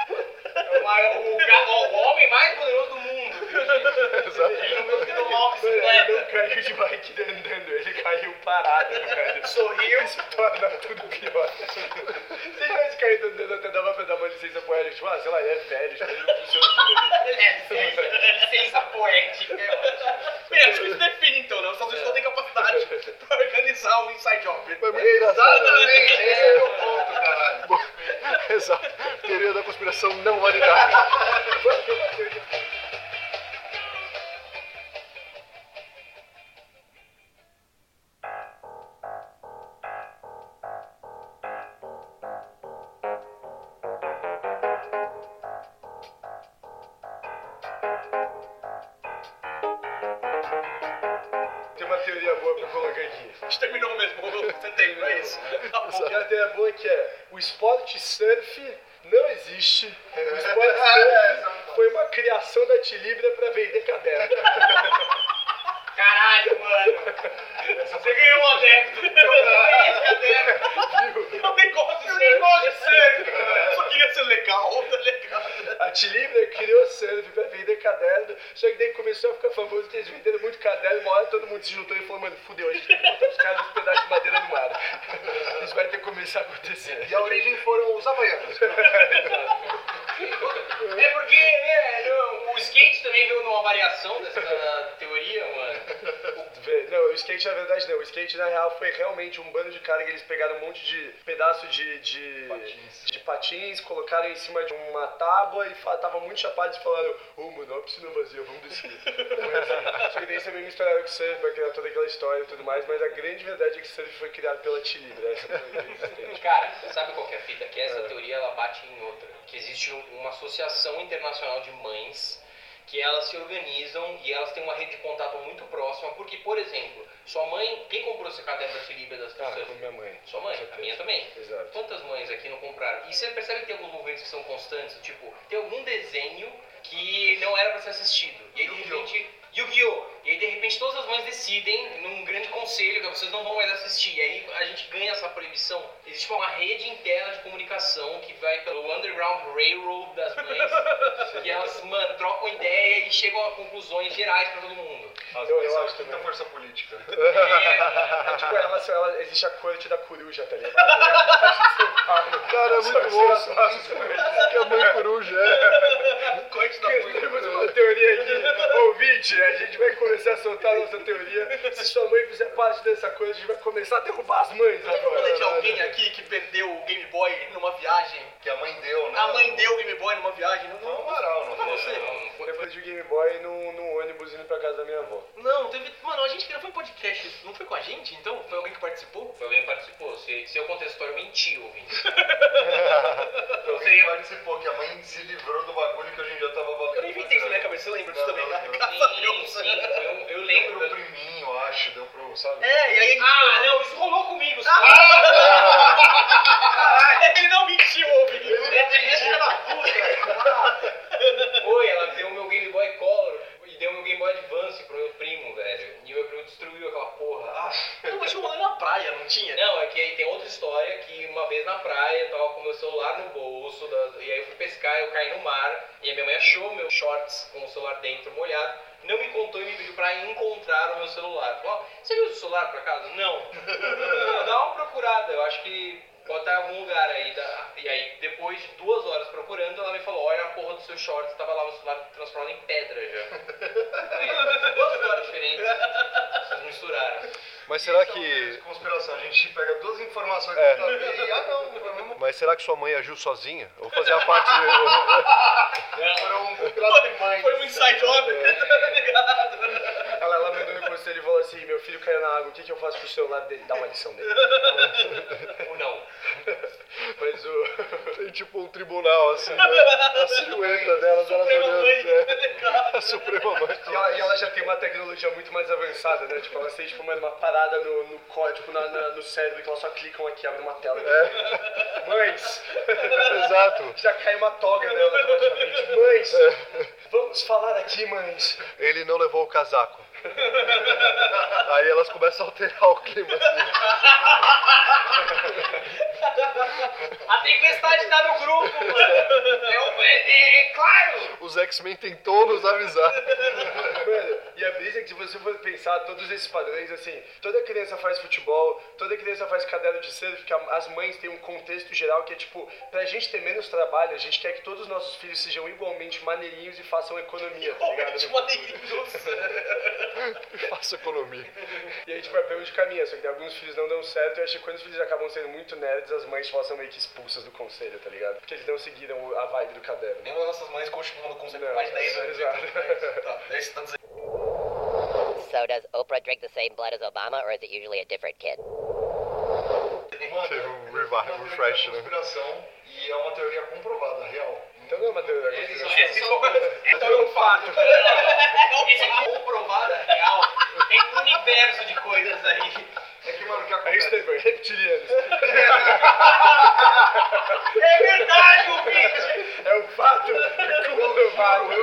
C: O, maior- o ga- o homem mais poderoso do mundo. Ele não conseguiu tomar uma
E: Ele
C: bicicleta.
E: não caiu de bike andando, ele caiu parado, velho.
C: Sorriu.
E: Isso torna
A: tá
E: tudo pior. Se ele tivesse caído andando, até dava pra dar uma licença pro Hélio, tipo, ah, sei lá, ele é velho, tipo, ele não funciona direito.
C: É, licença poética. é ótimo.
B: Bem, acho que isso define então, né? Os Estados Unidos não têm capacidade pra organizar um inside job.
D: Foi muito engraçado. né?
A: Exatamente, esse é o meu ponto, caralho.
D: Exato. Teoria da conspiração não validada.
A: Tem uma teoria boa pra colocar aqui.
B: A gente terminou mesmo, você tem pra isso.
A: Porque a teoria boa que é o esporte surf não existe. O esporte
D: É.
A: surf foi uma criação da Tilibra pra vender caderno.
C: Caralho, mano. Você ganhou um adepto. Eu ganhei esse adepto.
B: Eu nem gosto de
C: Eu nem gosto de
B: surf, cara. Só queria ser legal, tá ligado?
A: A Tilibra criou surf pra vender caderno, só que daí começou a ficar famoso que eles venderam muito caderno, uma hora todo mundo se juntou e falou, mano, fudeu, a gente tem que botar os caras nos pedaços de madeira no mar. Isso vai ter que começar a acontecer.
H: E a origem foram os havaianos.
C: É porque né, no- o skate também veio numa variação dessa teoria, mano.
A: Vê, Não, o skate na verdade não. O skate na real foi realmente um bando de cara que eles pegaram um monte de pedaço de, de, patins. de patins, colocaram em cima de uma tábua e fa- tava muito chapados e falaram: Ô mano, olha a piscina vazia, vamos descer. Foi assim. Só que daí também misturaram com surf pra criar toda aquela história e tudo mais, mas a grande verdade é que surf foi criado pela né? Tilibra. Essa teoria do skate.
C: Cara, você sabe qual que é a fita? Que essa teoria ela bate em outra. Que existe um- uma associação internacional de mães que elas se organizam e elas têm uma rede de contato muito próxima. Porque, por exemplo, sua mãe. Quem comprou esse caderno da Tilibra das
A: Ah,
C: pessoas?
A: com minha mãe.
C: Sua mãe, a minha também.
A: Exato.
C: Quantas mães aqui não compraram? E você percebe que tem alguns movimentos que são constantes, tipo, tem algum desenho que não era pra ser assistido. E aí de repente. Yu-Gi-Oh! E aí de repente todas as mães decidem, num grande conselho, que vocês não vão mais assistir. E aí a gente ganha essa proibição. Existe uma rede interna de comunicação que vai pelo Underground Railroad das mães. que elas, mano, trocam ideia e chegam a conclusões gerais pra todo mundo.
A: Eu, eu acho
H: Muita
A: também.
H: força política.
A: É, tipo, ela, ela, existe a corte da coruja, tá ligado?
D: Cara, é muito bom. Que a mãe coruja é.
B: Corte da
A: Nós Temos uma teoria aqui. Ouvinte, a gente vai começar a soltar a nossa teoria. Se sua mãe fizer parte dessa coisa, a gente vai começar a derrubar as mães né?
B: Eu
A: agora.
B: falei de alguém aqui que perdeu o Game Boy numa viagem.
H: Que a mãe deu, né?
B: A mãe deu o Game Boy numa viagem. Não,
H: Não,
B: não,
H: moral, não
B: É não,
H: foi?
B: você.
A: Eu perdi o Game Boy num, num ônibus indo pra casa da minha avó.
B: Não, teve. Mano, a gente gravou um podcast. Não foi com a gente, então? Foi alguém que participou?
C: Alguém participou. Se, se eu contar a história, eu menti, ouvinte.
H: Então, quem participou, que a mãe se livrou do bagulho que a gente já tava valendo.
B: Eu nem inventei isso na minha cabeça, você lembra disso
H: Não,
B: também?
H: não,
B: né?
H: não.
B: Graças a
C: Sim,
B: Deus.
C: sim, eu, eu
H: Deu
C: lembro.
H: pro priminho, eu acho, deu pro, sabe?
B: É, e aí a gente. Ah,
C: Ah, não, isso rolou comigo. sim.
B: Ele não mentiu, ouvinte.
C: Oi, ela deu meu Game Boy Color e deu meu Game Boy Advance pro meu primo, velho. E meu primo destruiu aquela porra. Ah,
B: Não, mas tinha um rolê na praia, não tinha?
C: Não, é que aí tem outra história que uma vez na praia eu tava com meu celular no bolso da- e aí eu fui pescar, eu caí no mar e a minha mãe achou meus shorts com o celular dentro molhado, não me contou e me pediu pra encontrar o meu celular. Falou, "Ó, você viu o celular por acaso? Não. não. Dá uma procurada, eu acho que pode estar em algum lugar aí. da- E aí depois de duas horas procurando, ela me falou, olha a porra do seu shorts, tava lá o celular transformado em pedra já. duas histórias diferentes, vocês misturaram.
D: Mas será
H: Isso é uma teoria
D: que.
H: de Conspiração, a gente pega duas informações
D: É.
H: que tá bem e, ah não, foram,
D: Mas será que sua mãe agiu sozinha? Ou fazia parte. de-
H: foram um compilado de mães.
B: Foi um inside job, tá ligado?
A: Ela, ela mandou no conselho e falou assim: meu filho caiu na água, o que, que eu faço pro celular dele? Dá uma lição dele.
C: Ou não.
A: Mas o.
D: Tem tipo um tribunal, assim, né? A silhueta delas, elas
B: Suprema
D: olhando.
B: mãe,
D: né?
B: tá
A: é.
B: ligado?
D: A Suprema Mãe.
A: E ela, Ah, e ela já tem uma tecnologia muito mais avançada, né? Tipo, ela tem tipo, uma, uma parada no, no código, na, na- no cérebro, que elas só clicam aqui, abre uma tela. Mães,
D: Exato.
A: já cai uma toga nela automaticamente. Mães,
H: É.
A: vamos falar aqui, mães.
D: Ele não levou o casaco. Aí elas começam a alterar o clima. Assim.
C: A tempestade tá no grupo, mano. É, o- é- é- é claro.
D: Os X-Men tentou nos avisar.
A: Mano, e a brisa é que se você for pensar todos esses padrões, assim, toda criança faz futebol, toda criança faz caderno de surf, porque a- as mães têm um contexto geral que é tipo, pra gente ter menos trabalho, a gente quer que todos os nossos filhos sejam igualmente maneirinhos e façam economia, tá ligado?
B: Realmente maneirinhos.
D: Faça economia.
A: E a gente vai pelo de caminho, só que alguns filhos não dão certo, e eu acho que quando os filhos acabam sendo muito nerds, as mães falam são meio que expulsas do conselho, tá ligado? Porque eles não seguiram o- a vibe do caderno.
B: Nenhuma das nossas mães continuam no conceito
A: Não,
B: por mais de 10 anos.
A: exato.
B: Tá, é isso que tá dizendo.
G: So does Oprah drink the same blood as Obama, or is it usually a different kid?
D: Teve um
H: É
D: revive,
H: uma teoria da
D: refresh, né?
H: conspiração e é uma teoria comprovada, real.
A: Então não é uma teoria da conspiração.
C: É, se for- é
A: Então é um fato.
C: Isso é comprovada real. Tem um universo de coisas aí.
A: É que, mano, o que
E: É isso
A: acontece?
E: aí, velho. Reptilianos.
C: É verdade, o vídeo.
E: É o fato comprovado.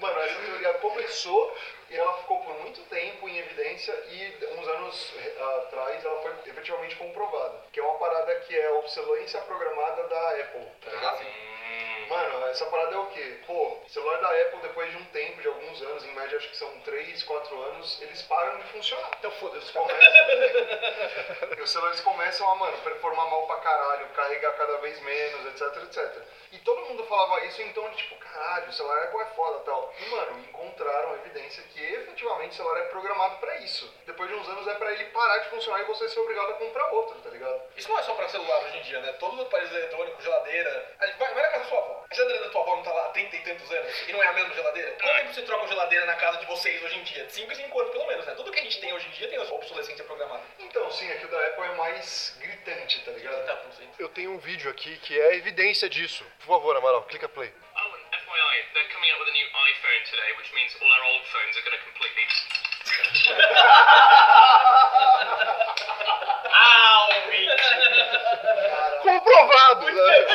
A: Mano, essa teoria começou e ela ficou por muito tempo em evidência e uns anos eh, atrás ela foi efetivamente comprovada. Que é uma parada que é a obsolência programada da Apple, tá ligado? Mano, essa parada é o quê? Pô, o celular da Apple, depois de um tempo, de alguns anos, em média acho que são 3, 4 anos, eles param de funcionar. Então foda-se. começam- e os celulares começam a, mano, performar mal pra caralho, carregar cada vez menos, etc, etc. E todo mundo falava isso, então, tipo, caralho, o celular Apple é foda tal. E, mano, encontraram evidência que efetivamente o celular é programado pra isso. Depois de uns anos é pra ele parar de funcionar e você ser obrigado a comprar outro, tá ligado?
B: Isso não é só pra celular hoje em dia, né? Todo mundo aparelho eletrônico, geladeira. Aí Vai, vai na casa da sua avó. A geladeira da tua avó não tá lá há 30 e tantos anos e não é a mesma geladeira? Quanto tempo você troca uma geladeira na casa de vocês hoje em dia? De 5 em 5 anos, pelo menos, né? Tudo que a gente tem hoje em dia tem a sua obsolescência programada.
A: Então, sim, aqui o da Apple é mais gritante, tá ligado?
B: Tá, não sei.
D: Eu tenho um vídeo aqui que é evidência disso. Por favor, Amaral, clica play.
I: Oh, and FYI, they're coming out with a new iPhone today, which means all our old phones are going to completely.
C: Ah, o vídeo.
D: Comprovado! né?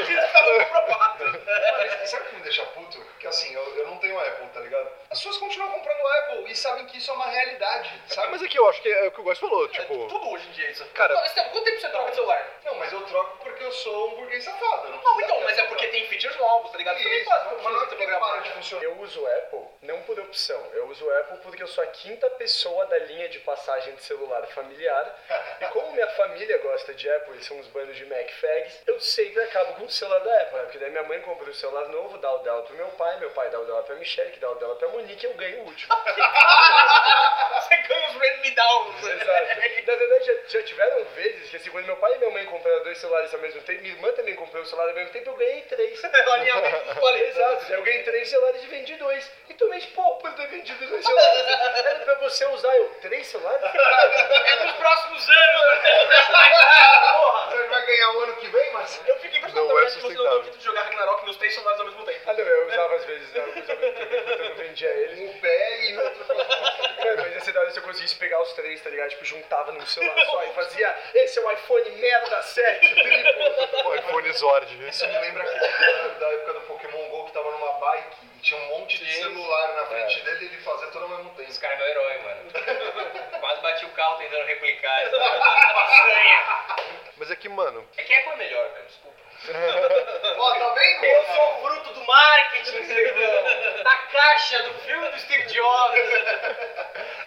A: Mas sabe o que me deixa puto? Que assim, eu, eu não tenho Apple, tá ligado? As pessoas continuam comprando Apple e sabem que isso é uma realidade, sabe?
D: Mas aqui eu acho que é o que o Góis falou,
B: É
D: tipo.
B: tudo hoje em dia isso.
D: Cara-
B: Não, esse tempo- Quanto tempo você troca de celular?
A: Não, mas eu troco porque eu sou um burguês safado. eu Não,
B: Não, então, mas é porque tem features novos, tá ligado? Você também
A: Isso,
B: faz
A: mas não é
B: obsolescência
A: porque para de
B: programada.
A: funcionar.
E: Eu uso Apple não por opção, eu uso Apple porque eu sou a quinta pessoa da linha de passagem de celular familiar. E como minha família gosta de Apple, eles são uns bandos de MacFags, eu sempre acabo com o celular da Apple. né? Porque daí minha mãe compra um celular novo, dá o dela pro meu pai, meu pai dá o dela pra Michelle, que dá o dela pra Monique, eu ganho o último.
B: Você ganha os random downs.
E: Exato. Na verdade, já, já tiveram vezes que assim, quando meu pai e minha mãe compraram dois celulares ao mesmo tempo, minha irmã também comprou um celular ao mesmo tempo, eu ganhei três.
B: Alinhamento dos paredes.
E: Exato, eu ganhei três celulares e vendi dois. E tomei pau por ter vendido dois celulares. Era pra você usar eu três celulares?
C: É nos próximos anos.
A: Você vai ganhar o ano que vem, mas.
B: Eu fiquei impressionado
D: Não é
B: também que você não
D: sustentável.
B: deu jeito de jogar Ragnarok nos três celulares ao mesmo tempo.
E: Ah não, eu usava às vezes, né? Eu usava quando eu vendia eles.
A: Um pé e outro.
E: Cara, mas essa hora se eu conseguisse pegar os três, tá ligado? Tipo, juntava num celular só e fazia esse é o iPhone merda 7, triplo.
D: O iPhone é Zord.
A: Isso me lembra aquele da, da época do Pokémon GO que tava numa bike e tinha um monte de celular na
E: É.
A: frente dele e ele fazia tudo ao mesmo
C: Esse
A: tempo.
C: cara é meu herói, mano. Quase bati o carro tentando replicar essa é façanha.
D: Mas é que, mano,
C: É que Apple é melhor, velho. Desculpa.
A: Ó, tá vendo?
C: Eu sou fruto do marketing, seu irmão. Da caixa do filme do Steve Jobs.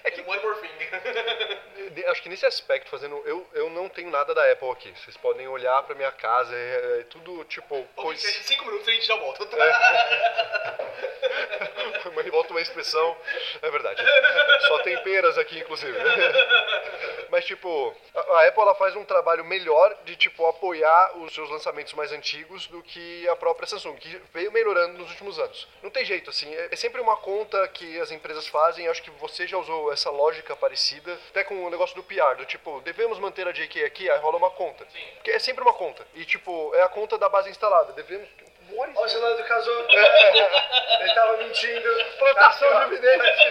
D: É
B: One more thing.
D: de- acho que nesse aspecto, fazendo. Eu, eu não tenho nada da Apple aqui. Vocês podem olhar pra minha casa, é, é tudo tipo.
B: Pois.
D: Coisa,
B: Cinco minutos a gente já volta. tá?
D: É, mas volta uma expressão. É verdade. Só tem peras aqui, inclusive. Mas, tipo, a a Apple ela faz um trabalho melhor de, tipo, apoiar os seus lançamentos mais antigos do que a própria Samsung, que veio melhorando nos últimos anos. Não tem jeito, assim, é é sempre uma conta que as empresas fazem, acho que você já usou essa lógica parecida, até com o negócio do PR, do tipo, devemos manter a JK aqui, aí rola uma conta. Sim. Porque é sempre uma conta. E, tipo, é a conta da base instalada, devemos...
E: Olha o celular do casou. Ele tava mentindo.
D: Plantação de evidências!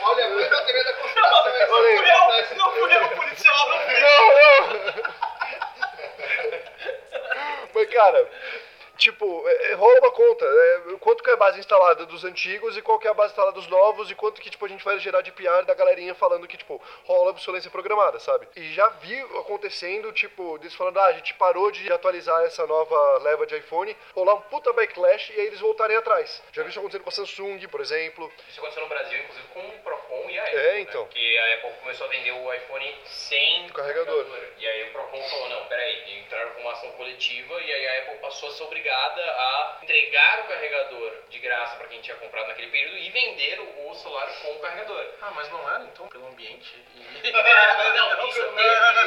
A: Olha, foi a teoria da conspiração. essa.
D: Olha aí.
B: Eu, não fui eu, policial. não fui eu.
D: Mas, cara, tipo, é, é, rola uma conta. é, quanto que é a base instalada dos antigos e qual que é a base instalada dos novos e quanto que, tipo, a gente vai gerar de PR da galerinha falando que, tipo, rola obsolescência programada, sabe? E já vi acontecendo, tipo, deles falando, ah, a gente parou de atualizar essa nova leva de iPhone, rolar um puta backlash e aí eles voltarem atrás. Já vi isso acontecendo com a Samsung, por exemplo.
C: Isso aconteceu no Brasil, inclusive, com o Procon e a Apple.
D: É,
C: né?
D: então.
C: Porque a Apple começou a vender o iPhone sem
D: Carregador.
C: E aí o Procon falou, não, peraí, entraram com uma ação coletiva e aí a Apple passou a ser obrigada a entregar o carregador de graça pra quem tinha comprado naquele período e vender o o celular com o carregador.
B: Ah, mas não era então pelo ambiente? E...
C: Não, isso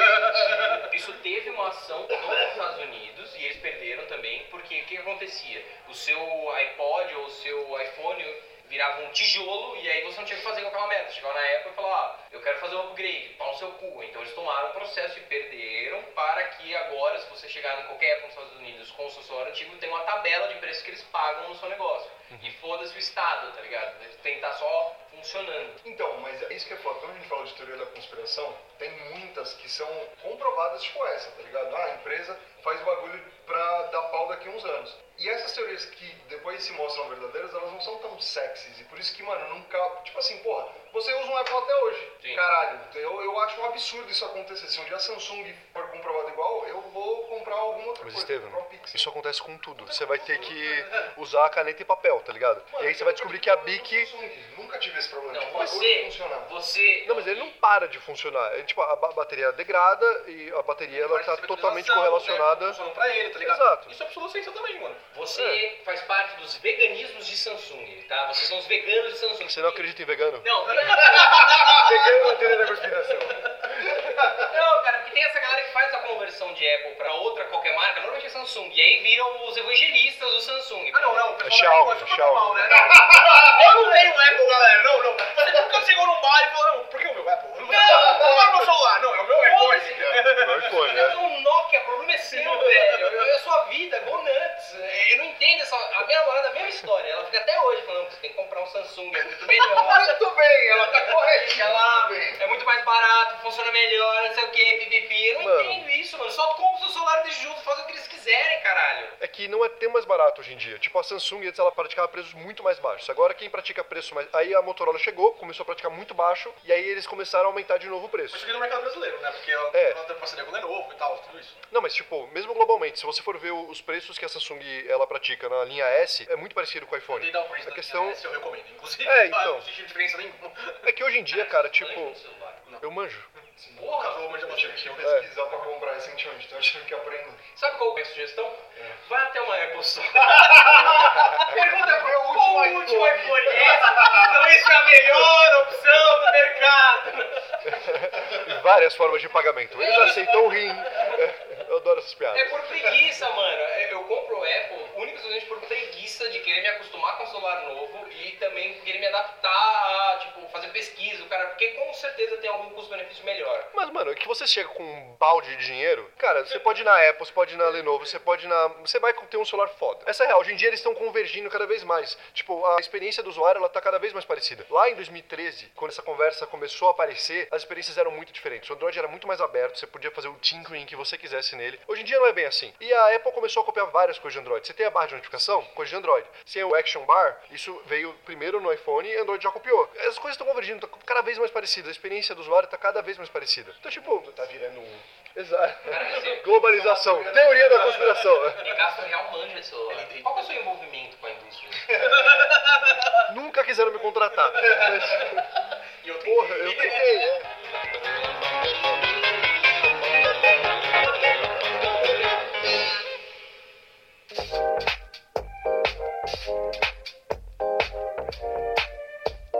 C: teve, isso teve uma ação nos Estados Unidos e eles perderam também, porque o que acontecia? O seu iPod ou o seu iPhone virava um tijolo e aí você não tinha o que fazer com aquela merda. Chegava na época e falava, ah, eu quero fazer um upgrade, pau no seu cu. Então eles tomaram o processo e perderam para que agora, se você chegar em qualquer época nos Estados Unidos com o acessório antigo, tem uma tabela de preços que eles pagam no seu negócio. E foda-se o Estado, tá ligado? Tem que estar só funcionando.
A: Então, mas é isso que é foda. Quando a gente fala de teoria da conspiração, tem muitas que são comprovadas, tipo essa, tá ligado? Ah, a empresa faz bagulho pra dar pau daqui a uns anos. E essas teorias que depois se mostram verdadeiras, elas não são tão sexys. E por isso que, mano, nunca. Tipo assim, porra, você usa um iPhone até hoje.
C: Sim.
A: Caralho, eu, eu acho um absurdo isso acontecer. Se um dia a Samsung for comprovado igual, eu vou comprar alguma outra
D: Mas
A: coisa.
D: Estevam,
A: comprar um Pixel.
D: isso acontece com tudo. Você vai ter que usar caneta e papel, tá ligado? E aí você vai descobrir que a Bic.
A: Samsung, Nunca tive esse problema.
C: Não,
A: Tipo, o bagulho
C: você,
A: funcionava.
C: você...
D: assim Não, mas ele não para de funcionar. É, tipo, a ba- bateria degrada e a bateria ela tá totalmente correlacionada.
B: Funcionou pra ele, tá ligado?
D: Exato.
B: Isso é absoluta ciência também, mano.
C: Você
D: É.
C: faz parte dos veganismos de Samsung, tá? Vocês são os veganos de Samsung.
D: Você não acredita em vegano?
C: Não,
E: Peguei uma teoria da conspiração.
C: Não, cara, porque tem essa galera que faz a conversão de Apple pra outra qualquer marca, normalmente é Samsung, e aí viram os evangelistas do Samsung.
B: Ah, não, não. O pessoal da
D: É Xiaomi,
B: Apple é super
D: Xiaomi.
B: normal, né? Eu não tenho um Apple, galera. Não, não. é Você nunca chegou num bar e falou, não, por que o meu Apple? Eu Não, não é o meu celular. Não, é o meu
C: Foda-se,
B: iPhone.
D: Não é coisa,
C: Eu
D: né?
C: sou um Nokia, o problema é seu, velho. Eu- É a sua vida, go nuts. É, Eu não entendo essa. A minha namorada, a mesma história. Ela fica até hoje falando que você tem que comprar um Samsung, é muito melhor.
A: Muito bem, ela tá correta.
C: Ela
A: Muito bem.
C: é muito mais barato, funciona melhor, não sei o que, pipipi. Eu não
D: Mano.
C: entendo isso, mano. Só compra o seu celular e deixa junto, faz o que eles quiserem, caralho.
D: É que não é tão mais barato hoje em dia. Tipo, a Samsung antes ela praticava preços muito mais baixos. Agora quem pratica preço mais. Aí a Motorola chegou, começou a praticar muito baixo, e aí eles começaram a aumentar de novo o preço.
B: Mas cheguei no mercado brasileiro, né? Porque ela
D: É.
B: ela tem parceria com o Lenovo e tal, tudo isso.
D: Não, mas tipo, mesmo globalmente, se você for ver o- os preços que a Samsung ela pratica na linha S, é muito parecido com o iPhone.
B: E dá o um preço
D: A
B: da
D: questão
B: minha, essa eu recomendo, inclusive.
D: É,
B: Ah,
D: então.
B: Não senti diferença nenhuma.
D: é que hoje em dia, cara, tipo,
C: Manja o celular.
D: eu manjo.
B: Porra, pelo amor de Deus,
A: Tive que
B: eu-
E: É.
A: pesquisar pra comprar recentemente, então eu tive que aprender.
C: Sabe qual é a sugestão? Vá até uma Apple Store.
A: Pergunta pro
C: Qual o último iPhone é esse? Então isso é a melhor opção do mercado.
D: E várias formas de pagamento. Eles aceitam rim. É, eu adoro essas
C: É
D: piadas.
C: por preguiça, mano. É, Eu compro o Apple unicamente por preguiça de querer me acostumar com um celular novo e também querer me adaptar a, tipo, fazer pesquisa, cara, porque com certeza tem algum custo-benefício melhor.
D: Mas, mano, é que você chega com um balde de dinheiro, cara, você pode ir na Apple, você pode ir na Lenovo, você pode ir na. Você vai ter um celular foda. Essa é real. Hoje em dia eles estão convergindo cada vez mais. Tipo, a experiência do usuário, ela tá cada vez mais parecida. Lá em 2013, quando essa conversa começou a aparecer, as experiências eram muito diferentes. O Android era muito mais aberto, você podia fazer o tinkering que você quisesse nele. Hoje em dia não é bem assim. E a Apple começou a copiar várias coisas de Android. Você tem a barra de notificação? Coisa de Android. Você tem o Action Bar? Isso veio primeiro no iPhone e Android já copiou. As coisas estão convergindo, tá cada vez mais parecida. A experiência do usuário tá cada vez mais parecida. Então, tipo,
E: Tá virando um.
D: Exato.
C: Cara, você
D: Globalização. Teoria da conspiração.
C: me gasta um real manja de celular. Qual que é o seu envolvimento com a indústria?
D: Nunca quiseram me contratar.
B: E eu tenho
D: Porra, eu tentei. é.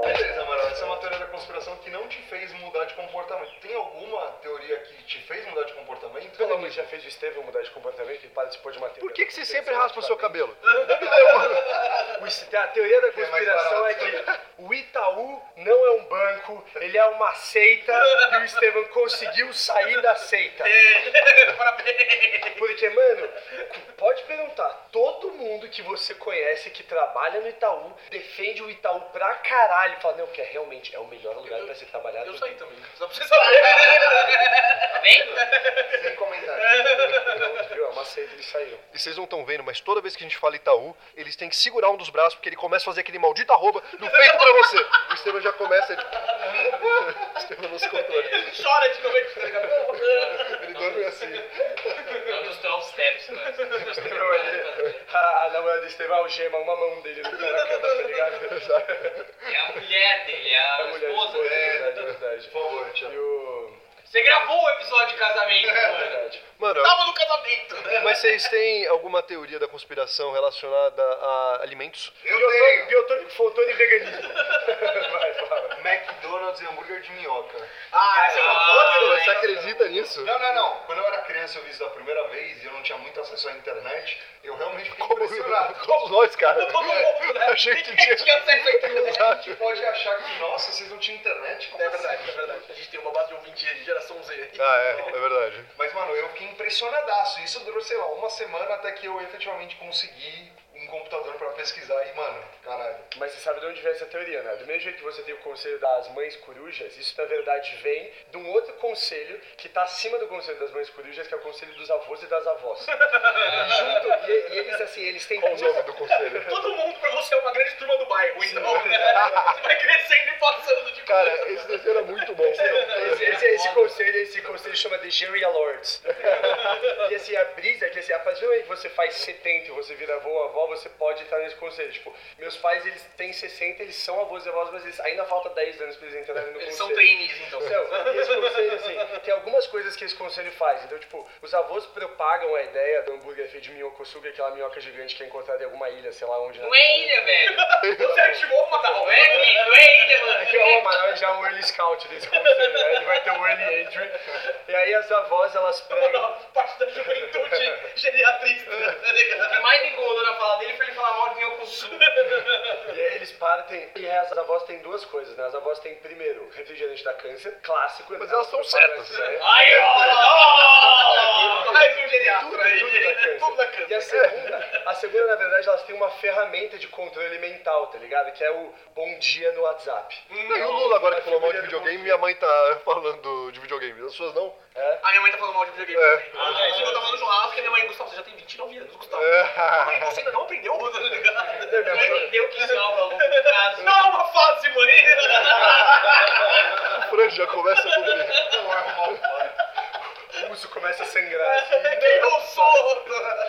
A: Beleza, mano, essa é uma teoria da conspiração que não te fez mudar de comportamento. Tem alguma teoria que te fez mudar de comportamento?
E: Todo mundo já fez o Estevam mudar de comportamento e participou de uma teoria.
D: Por que, que você
E: da
D: sempre
E: conspiração
D: raspa o seu
E: ultimamente?
D: cabelo?
E: O Iste- A teoria da conspiração é
A: barato.
E: que o Itaú não é um banco, ele é uma seita e o Estevam conseguiu sair da seita. Porque, mano, pode perguntar, todo mundo que você conhece que trabalha no Itaú defende o Itaú pra caralho. Fala, não, que é realmente é o melhor lugar pra se trabalhar.
B: Eu
E: do
B: saí também, só pra você saber.
C: Tá vendo?
A: Sem comentário.
E: mundo", viu? É uma seita, eles saíram.
D: E vocês não estão vendo, mas toda vez que a gente fala Itaú, eles têm que segurar um dos braços porque ele começa a fazer aquele maldito arroba do feito pra você. O Estevam já começa. Ele... o Estevam não se controla.
B: Chora de comer tá ligado?
D: Ele dorme assim.
C: Não É um dos 12 steps, mano.
E: A, a namorada do Estevam algema uma mão dele no pé da cama, tá ligado?
C: É a mulher dele, é a,
E: A mulher
C: esposa
E: esposa,
C: dele.
E: verdade, é verdade.
A: Por favor, Thiago.
E: E o...
C: Você gravou o episódio de casamento, mano.
E: Verdade.
D: Mano,
B: Tava no casamento, né?
D: mas vocês têm alguma teoria da conspiração relacionada a alimentos?
A: Eu
E: Biotônico,
A: tenho
E: biotônico, fontônico e veganismo. Vai, fala.
A: McDo. McDonald's e hambúrguer de minhoca.
C: Ah, essa é uma boa
D: Pô,
C: também.
D: Você acredita nisso?
A: Não, não, não. Quando eu era criança eu vi isso da primeira vez e eu não tinha muito acesso à internet, eu realmente fiquei impressionado.
D: Todos nós, cara.
B: Todo mundo, né?
D: A gente tinha.
C: é
B: tinha acesso a aquilo.
A: A gente pode achar que, nossa, vocês não tinham internet? Como assim?
B: É verdade, é verdade. A gente tem uma base de ouvinte de geração Z.
D: Ah, é, é verdade.
A: Mas, mano, eu fiquei impressionadaço. Isso durou, sei lá, uma semana até que eu efetivamente consegui um computador pra pesquisar e, mano, caralho.
E: Mas você sabe de onde vem essa teoria, né? Do mesmo jeito que você tem o conselho das mães corujas, isso na verdade vem de um outro conselho que tá acima do conselho das mães corujas, que é o conselho dos avós e das avós. Junto, e, e eles assim, eles têm.
A: É um
D: Qual o nome do conselho?
B: Todo mundo pra você é uma grande turma do bairro, então você vai crescendo e passando de
D: Cara, esse desenho era muito bom.
E: Esse, esse, esse conselho, esse conselho chama de Jerry Awards. e assim, a brisa é que assim, a partir do momento que você faz 70 e você vira avô ou avó, você pode estar nesse conselho. Tipo, meus pais, eles têm 60, eles são avós e avós, mas eles ainda falta 10 anos pra eles entrarem no
B: Eles
E: conselho.
B: são trainees, então.
E: Então, e esse conselho, assim, tem algumas coisas que esse conselho faz. Então, tipo, os avós propagam a ideia do hambúrguer feito de minhocossuga, aquela minhoca gigante que é encontrada em alguma ilha, sei lá onde. né?
C: Não é ilha, velho.
B: Você ativou uma da
C: Não é ilha, não é ilha, mano.
E: Porque o Amaral é já um early scout desse conselho, né? Ele vai ter um early entry. E aí as avós, elas pregam...
B: parte da juventude geriatriz. tá
C: O que
B: ligado?
C: mais me incomodou na fala dele foi ele falar mal de mim com
E: E aí eles partem... E aí as avós têm duas coisas, né? As avós têm, primeiro, refrigerante da câncer, clássico. né?
D: Mas elas são certas.
B: né?
C: Ai, ó!
B: Mais um
E: Tudo,
B: geriatra aí.
E: tudo da câncer.
B: Tudo da
E: E
B: câncer.
E: a segunda, a segunda, na verdade, elas têm uma ferramenta de controle mental, tá ligado? Que é o bom dia no WhatsApp.
D: E o Lula agora que falou mal de videogame, minha mãe tá falando de videogame. As suas não?
B: A minha mãe tá falando mal de videogame
D: É.
B: também. Ah, é. Eu tava no churrasco e minha mãe, Gustavo, você já tem 29 anos, Gustavo.
E: É.
B: Mãe, você ainda não aprendeu, tá ligado?
C: Não entendeu que
E: é
C: salva algum caso.
B: Não, é uma fase, mano.
D: A franja começa a dormir.
E: O pulso começa a sangrar. assim.
B: Quem É eu sou?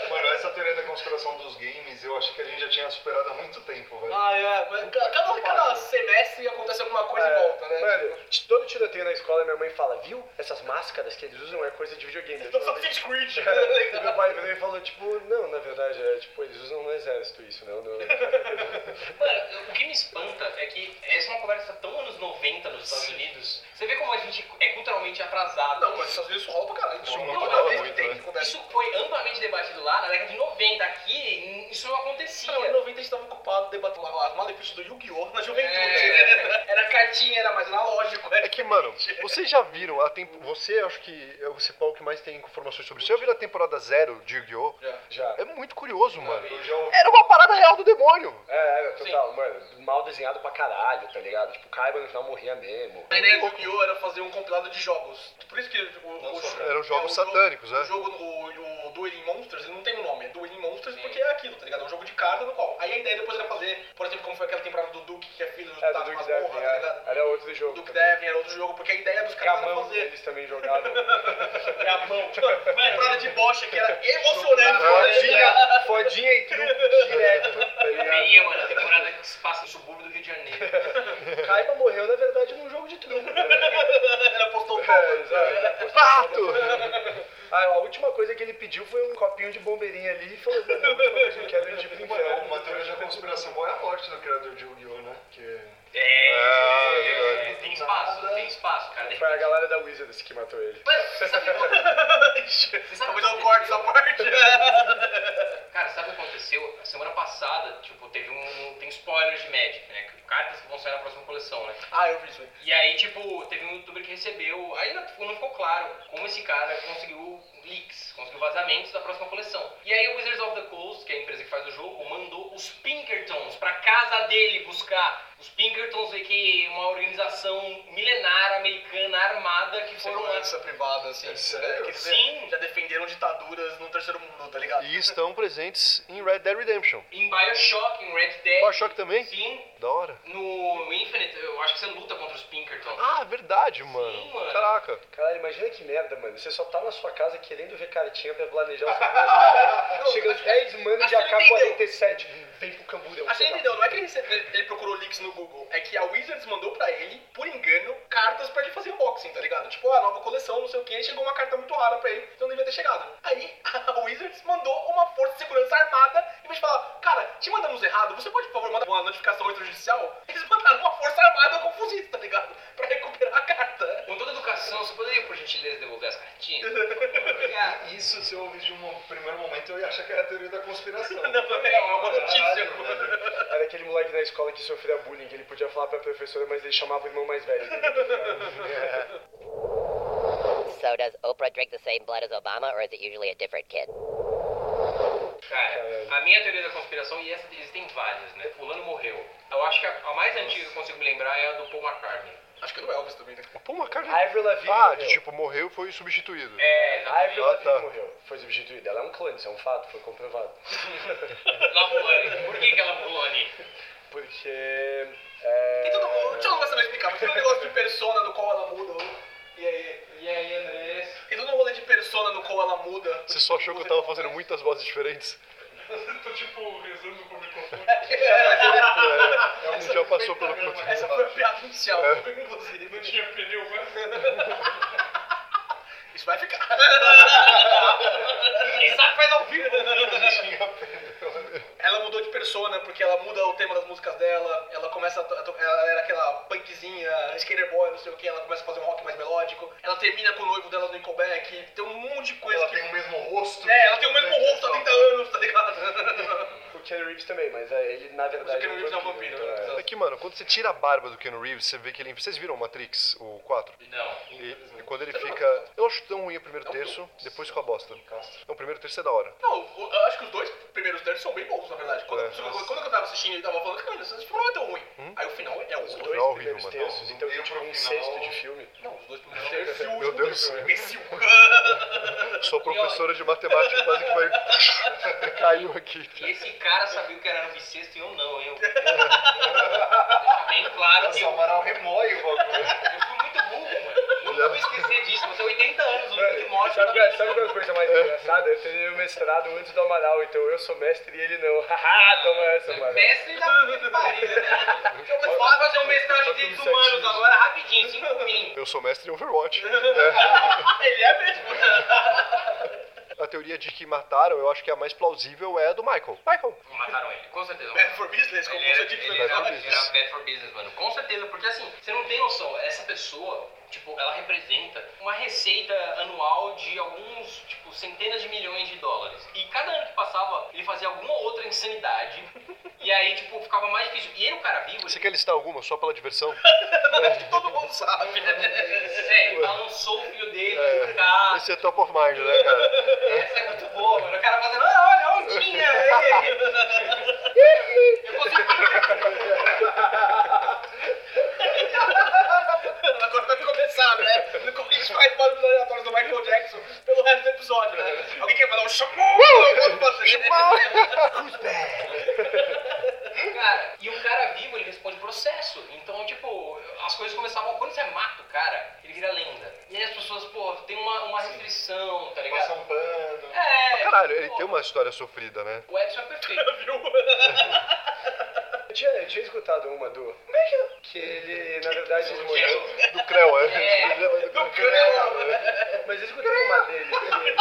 A: Mano, essa teoria da conspiração dos games, eu achei que a gente já tinha superado há muito tempo, velho.
B: Ah, é. mas ca- Cada, cada semestre acontece alguma coisa e volta, né?
E: É. Mano, de todo tiroteio na escola, minha mãe fala, viu? Essas máscaras que eles usam é coisa de videogame. Eu
B: Eu
E: falo,
B: sou Assassin's Creed.
E: E meu pai virou e falou, tipo, não, na verdade, é, tipo, eles usam no exército isso, né? No-
C: Mano, o que me espanta é que essa é uma conversa tão anos 90 nos Estados Unidos. Você vê como a gente é culturalmente atrasado.
B: Não, mas às vezes isso rola pra caralho.
D: Isso muito
B: toda
D: rola
B: vez que
D: muito,
B: tem
D: né?
B: que acontece.
C: Isso foi amplamente debatido lá na década de 90. Aqui, isso não acontecia.
B: Não, em 90 a gente tava ocupado debatendo as malefícios do Yu-Gi-Oh! na juventude.
C: É.
B: Era né? cartinha, era mais analógico.
D: É que, mano, vocês já viram a tempo. Você acho que é o Cipó que mais tem informações sobre isso. Você já viu a temporada zero de Yu-Gi-Oh?
E: Já.
D: É muito curioso, mano.
A: Eu já ouvi
D: Era uma parada real do demônio.
E: É, é, total, mano, mal desenhado pra caralho, tá ligado? Tipo, Kaiba no final morria mesmo.
B: A ideia do Yu-Gi-Oh! era fazer um compilado de jogos. Por isso que o, o,
A: só-
B: é, o
D: Eram jogos
B: jogo-
D: satânicos,
B: O
D: né?
B: jogo, o, o Dueling Monsters, ele não tem um nome, é Dueling Monsters porque é aquilo, tá ligado? É um jogo de carta no qual. Aí a ideia depois era fazer, por exemplo, como foi aquela temporada do Duke, que é filho
E: É,
B: da
E: do Duke
B: masmorra,
E: Devin,
B: tá ligado?
E: é. Era outro jogo.
B: Duke
E: também.
B: Devin era outro jogo, porque a ideia dos caras era
E: Gamão,
B: fazer
E: eles também jogavam.
B: Gamão. temporada de bocha que era emocionante. né?
E: Fodinha, fodinha e truco direto, tá ligado?
C: Aí, mano, a temporada que se passa no subúrbio do Rio de Janeiro.
E: Kaiba morreu, na verdade, num jogo de truco.
B: Era postou
E: É,
B: palma.
E: exato.
D: Pato!
E: Ah, a última coisa que ele pediu foi um copinho de bombeirinha ali e falou: "Não, não, a última coisa que eu quero é de
A: mano,
E: brinquedo.
A: uma teoria da conspiração qual é a morte do criador de Yu-Gi-Oh, né? Que...
C: É,
D: É,
C: é, tem espaço,
A: Nada.
C: tem espaço, cara.
E: Foi a galera da Wizards que matou ele.
C: Mano, você sabe o que-
B: Você sabe que eu corte é essa parte?
C: Cara, sabe o que aconteceu? A semana passada, tipo, teve um. Tem spoilers de Magic, né? Cartas que vão sair na próxima coleção, né?
B: ah, eu vi isso aí.
C: E aí, tipo, teve um youtuber que recebeu. Ainda ficou- não ficou claro como esse cara conseguiu leaks, conseguiu vazamentos da próxima coleção. E aí, o Wizards of the Coast, que é a empresa que faz o jogo, mandou os Pinkertons pra casa dele buscar. Os Pinkertons, que é uma organização milenar americana armada que foram.
B: Segurança privada, assim.
A: É sério?
B: Quer dizer,
C: Sim.
B: Já defenderam ditaduras no terceiro mundo, tá ligado?
D: E estão presentes em Red Dead Redemption.
C: Em Bioshock, em Red Dead.
D: Bioshock também?
C: Sim.
D: Da hora.
C: No Infinite, eu acho que você luta contra os Pinkertons.
D: Ah, verdade, mano.
C: Sim, mano.
D: Caraca.
E: Cara, imagina que merda, mano. Você só tá na sua casa querendo ver cartinha pra planejar o seu próximo. Chega os 10 manos de
B: Assim ele entendeu.
E: AK-47. Vem pro camburão.
B: Ah, você entendeu? Não é que ele, recebe- ele procurou leaks no Google, é que a Wizards mandou pra ele, por engano, cartas pra ele fazer unboxing, tá ligado? Tipo, a nova coleção, não sei o que, chegou uma carta muito rara pra ele, então devia ter chegado. Aí a Wizards mandou uma força de segurança armada, em vez de falar, cara, te mandamos errado, você pode, por favor, mandar uma notificação extrajudicial? Eles mandaram mandaram uma força armada com fuzis, tá ligado? Pra recuperar a carta.
C: Com toda educação, você poderia, por gentileza, devolver as cartinhas? Obrigado.
A: Isso, se eu ouvisse de um primeiro momento, eu ia achar que era a teoria da conspiração.
B: É uma notícia.
A: Caralho, velho.
E: Era aquele moleque na escola que sofria bullying, que ele podia falar pra professora, mas ele chamava o irmão mais velho.
G: So does Oprah drink the same blood as Obama, or is it usually a different kid?
C: Cara, a minha teoria da conspiração, e essa existem várias, né? Fulano morreu. Eu acho que a, a mais antiga que eu consigo me lembrar é a do Paul McCartney.
B: Acho que é do Elvis também, né?
D: Pô, uma carne.
E: Ivor Lavigne
D: Ah,
E: morreu.
D: de tipo, morreu e foi substituído.
C: É, exatamente.
E: Ivor
D: Ah,
E: Lavigne
D: tá.
E: morreu. Foi substituída. Ela é um clone, isso é um fato, foi comprovado.
C: Lavone. Por que é que ela Lavone?
E: Porque... é,
B: Tem todo mundo. Deixa eu não começar a explicar, mas tem um negócio de persona no qual ela muda. E aí?
C: E aí, Andrés?
B: Tem todo um rolê de persona no qual ela muda.
D: Você só achou que eu tava fazendo muitas vozes diferentes?
I: Tô tipo rezando com o microfone.
D: É, um já passou
E: né,
D: pelo É.
B: Essa
D: controle.
B: foi a piada inicial, inclusive.
I: Não tinha pneu, mas.
B: Isso vai ficar.
C: Isaac faz ao vivo.
B: Ela mudou de persona, porque ela muda o tema das músicas dela, ela começa a to- a to- ela era aquela punkzinha, skater boy, não sei o que, ela começa a fazer um rock mais melódico, ela termina com o noivo dela no Nickelback, tem um monte de coisa
A: Ela
B: que...
A: tem o mesmo rosto. Né?
B: É, ela tem o mesmo rosto há 30 anos, tá ligado?
E: O Ken Reeves também, mas é, ele na verdade.
B: Keanu Reeves é um vampiro,
E: então,
B: né?
E: é.
D: É que, mano, quando você tira a barba do Ken Reeves, você vê que ele. Vocês viram Matrix, o 4?
C: Não.
D: E, e quando ele fica. Eu acho tão ruim o primeiro terço, depois com a bosta. Não, o primeiro terço é da hora.
B: Não, o- eu acho que os dois primeiros deles são bem bons, na verdade. Quando,
D: É.
B: quando, quando eu tava assistindo, ele tava falando, cara, esse filme não é tão ruim. Aí o final é
E: Hum? Os
B: horroroso.
E: dois
D: Não, horrível,
E: primeiros
D: mano.
E: terços,
A: Não,
E: então
A: não
E: tem
A: tem
E: tipo
A: pro
E: um
A: final.
E: sexto de filme.
B: Não, os dois primeiros deles. E o
D: Meu
B: último
D: Deus.
B: imbecil.
D: Sou professora de matemática, quase que vai. Caiu aqui.
C: E esse cara sabia o que era ano bissexto e eu não, eu. Deixa bem claro
A: Nossa,
C: que eu,
A: o Amaral remói o bagulho.
C: eu fui muito burro, mano. Nunca vou esquecer disso, mas eu tenho 80 anos, o número de um mortes.
E: Sabe, qual- sabe qual é a coisa mais engraçada? Eu terminei o mestrado antes do Amaral, então eu sou mestre e ele não. Haha, toma essa, mano.
C: Mestre da puta que pariu, né? é, Eu vou fazer um mestrado de direitos humanos agora, rapidinho, 5 mil.
D: Eu sou mestre em Overwatch.
B: Ele é mesmo.
D: A teoria de que mataram, eu acho que a mais plausível é a do Michael. Michael.
C: Mataram ele, com certeza.
B: Bad for business, como
C: Ele era,
B: você disse,
C: ele
B: né?
C: é. era,
D: for
C: era
D: business.
C: bad for business, mano. Com certeza, porque assim, você não tem noção, essa pessoa, tipo, ela representa uma receita anual de alguns, tipo, centenas de milhões de dólares. E cada ano que passava, ele fazia alguma outra insanidade. e aí, tipo, ficava mais difícil. E ele, o cara vivo, tipo,
D: Você quer listar alguma só pela diversão?
B: Acho que todo mundo sabe. né?
C: é, ele balançou o filho dele, um o cara.
D: Esse é top of mind, né, cara?
C: Essa é muito boa, mano. O cara fazendo, ah, olha, a ondinha. ei." Eu consigo.
B: Agora vai começar, né? Como a gente faz barulhos aleatórios do Michael Jackson pelo resto do episódio, né? Alguém quer mandar um chamou? Eu posso fazer.
C: Cara, e um cara vivo, ele responde processo. Então, tipo, as coisas começavam. Quando você mata o cara, ele vira lenda. E aí as pessoas, pô, tem uma, uma restrição, tá ligado?
A: Passa um pano.
C: É.
D: Caralho, ele
C: pô,
D: tem uma história sofrida, né?
C: O Edson é perfeito.
E: Eu tinha, eu tinha escutado uma do. Que ele, na verdade, ele morreu.
D: Do Creu,
C: É.
D: é.
B: Do Creu.
E: Mas eu escutei uma dele. que ele-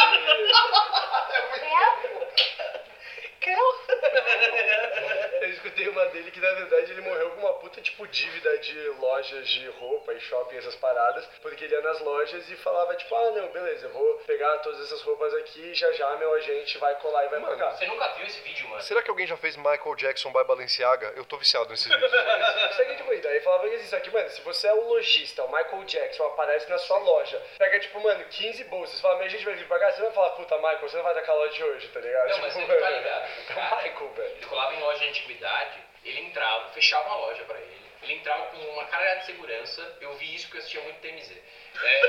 E: Eu escutei uma dele que na verdade ele morreu com uma puta tipo dívida de lojas de roupa e shopping, essas paradas, porque ele ia nas lojas e falava tipo, ah não, beleza, eu vou pegar todas essas roupas aqui e já já meu agente vai colar e vai pagar.
C: Você nunca viu esse vídeo, mano?
D: Será que alguém já fez Michael Jackson by Balenciaga? Eu tô viciado nesses vídeos.
E: Isso aqui é de coisa. Aí falava isso aqui, mano, se você é o lojista, o Michael Jackson aparece na sua loja, pega tipo, mano, 15 bolsas, fala, minha gente vai vir pagar, você vai falar, puta, Michael, você não vai daquela loja de hoje, tá ligado?
C: Não,
E: Tipo,
C: mas você
E: mano,
C: tá ligado. O
E: é o
C: cara,
E: Michael, velho.
C: ele colava em loja de antiguidade, ele entrava, fechava uma loja pra ele. Ele entrava com uma cara de segurança. Eu vi isso porque eu assistia muito TMZ. É,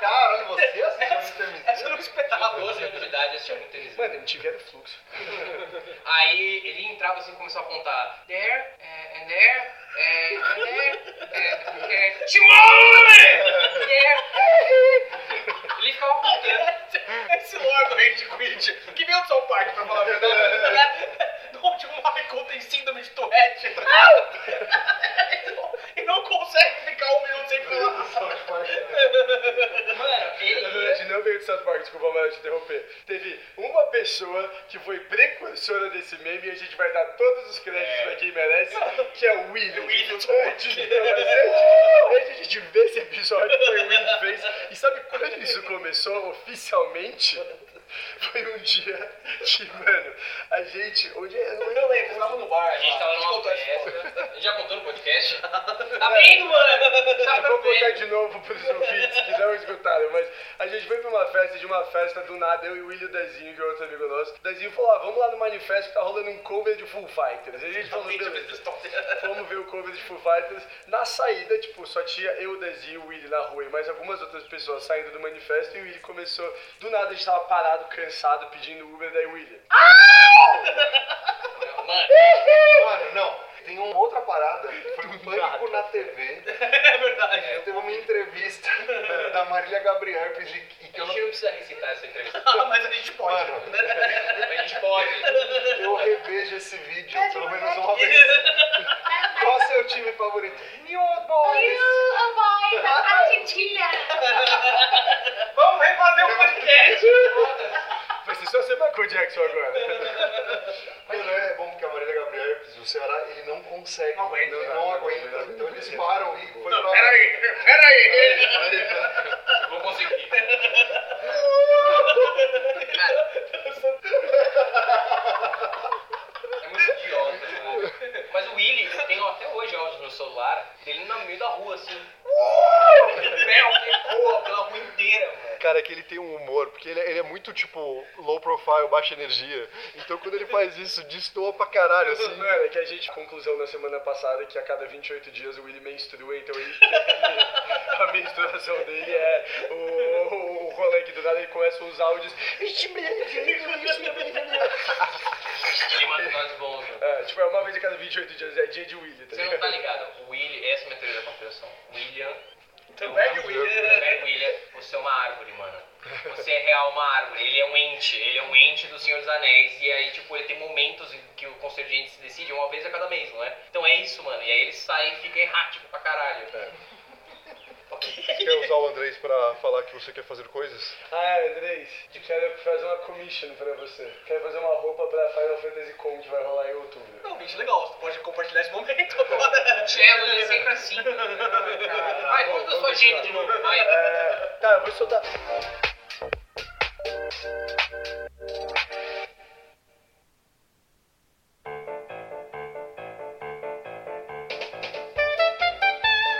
A: Caralho, você assistiu o
B: Essa é eu não
C: eu
B: esperava.
C: tinha 12 anos de idade, eu assistia muito TMZ.
E: Mano, MTV era o fluxo.
C: Aí ele entrava assim e começava a apontar there, eh, and there, eh, and there, eh, eh, Simone! There. Ele ficava apontando.
B: Esse Lord É do Rage Quit, que veio do São Parque, pra falar a verdade. né? Onde o Michael tem síndrome de Tourette. E não- E não consegue ficar um minuto sem falar.
C: Mano, né? ele
E: Na
C: ia
E: verdade, não veio do South Park, desculpa, mas eu te interromper. Teve uma pessoa que foi precursora emissora desse meme e a gente vai dar todos os créditos pra quem merece, que é o William.
B: William.
E: Antes, mas antes, antes de a gente ver esse episódio, foi o William que fez. E sabe quando isso começou oficialmente? Foi um dia que, mano, a gente. Onde é? Não
B: Eu lembro, estava no bar.
C: A gente tava numa
B: contou a história.
C: festa. A gente já contou no podcast. Abrindo, mano! Tá
E: Eu vou contar
C: perfeito.
E: de novo pros ouvintes que não escutaram, mas a gente foi pra uma festa, de uma festa do nada, eu e o William Dezinho, que é outro amigo nosso. O Dezinho falou: ah, vamos lá no manifesto que tá rolando um cover de Full Fighters. E a gente falou: beleza. Fomos ver o cover de Full Fighters. Na saída, tipo, só tinha eu, o Dezinho e o Willy na rua e mais algumas outras pessoas saindo do manifesto. E o Willy começou, do nada a gente tava parado, cansado, pedindo Uber, daí o William.
C: Mano,
A: Mano, não. Tem uma outra parada. Foi um pânico na TV.
C: é verdade.
A: Eu teve uma entrevista da Marília Gabriel Herpes e e que
C: A
A: eu não
C: gente não precisa recitar essa entrevista.
B: Ah, mas a gente pode.
A: Mano,
C: A gente pode.
A: eu revejo esse vídeo pelo menos uma vez. Qual seu time favorito? New Old Boys!
J: Uruguai, da Argentina.
C: Vamos refazer o podcast.
E: Vai ser só ser Michael Jackson agora.
A: Mano, é bom porque a Marília Gabriel Herpes, o Ceará, ele não consegue. Não aguenta. Não, aguenta. Então eles param e foi pra...
C: Peraí, peraí. Vou conseguir. Cara, é muito idiota. né? Mas o Willy, eu tenho até hoje áudio no celular dele no meio da rua, assim. Ferro que voa pela rua inteira, mano.
D: Cara, é que ele tem um humor, porque ele, é- ele é muito, tipo, low profile, baixa energia. Então quando ele faz isso, destoa pra caralho, assim.
E: Mano, é que a gente, conclusão na semana passada, que a cada 28 dias o Willy menstrua, então ele, a menstruação dele é o, o, o rolê que do nada ele começa os áudios.
C: Ele manda nós bons, mano.
E: É, tipo, é uma vez a cada 28 dias, é dia de Willy, tá
C: Você não tá
E: ligado?
C: ligado, o Willy, essa é a minha teoria da conspiração. William. Então, é um
B: Também o William.
C: Também o William, você é uma árvore, mano. Você é real uma árvore, ele é um ente, ele é um ente do Senhor dos Anéis. E aí, tipo, ele tem momentos em que o conselho de entes se decide uma vez a cada mês, não é? Então é isso, mano. E aí ele sai e fica errático pra caralho.
E: É.
D: Quer usar o Andrés pra falar que você quer fazer coisas?
E: Ah, Andrés, eu quero fazer uma commission pra você. Quero fazer uma roupa pra Final Fantasy Con que vai rolar em outubro.
B: Não, bicho, legal. Você pode compartilhar esse momento agora.
C: Chelo, ele é sempre assim. Vai, conta a sua gente de novo, vai.
E: É, tá, eu vou soltar.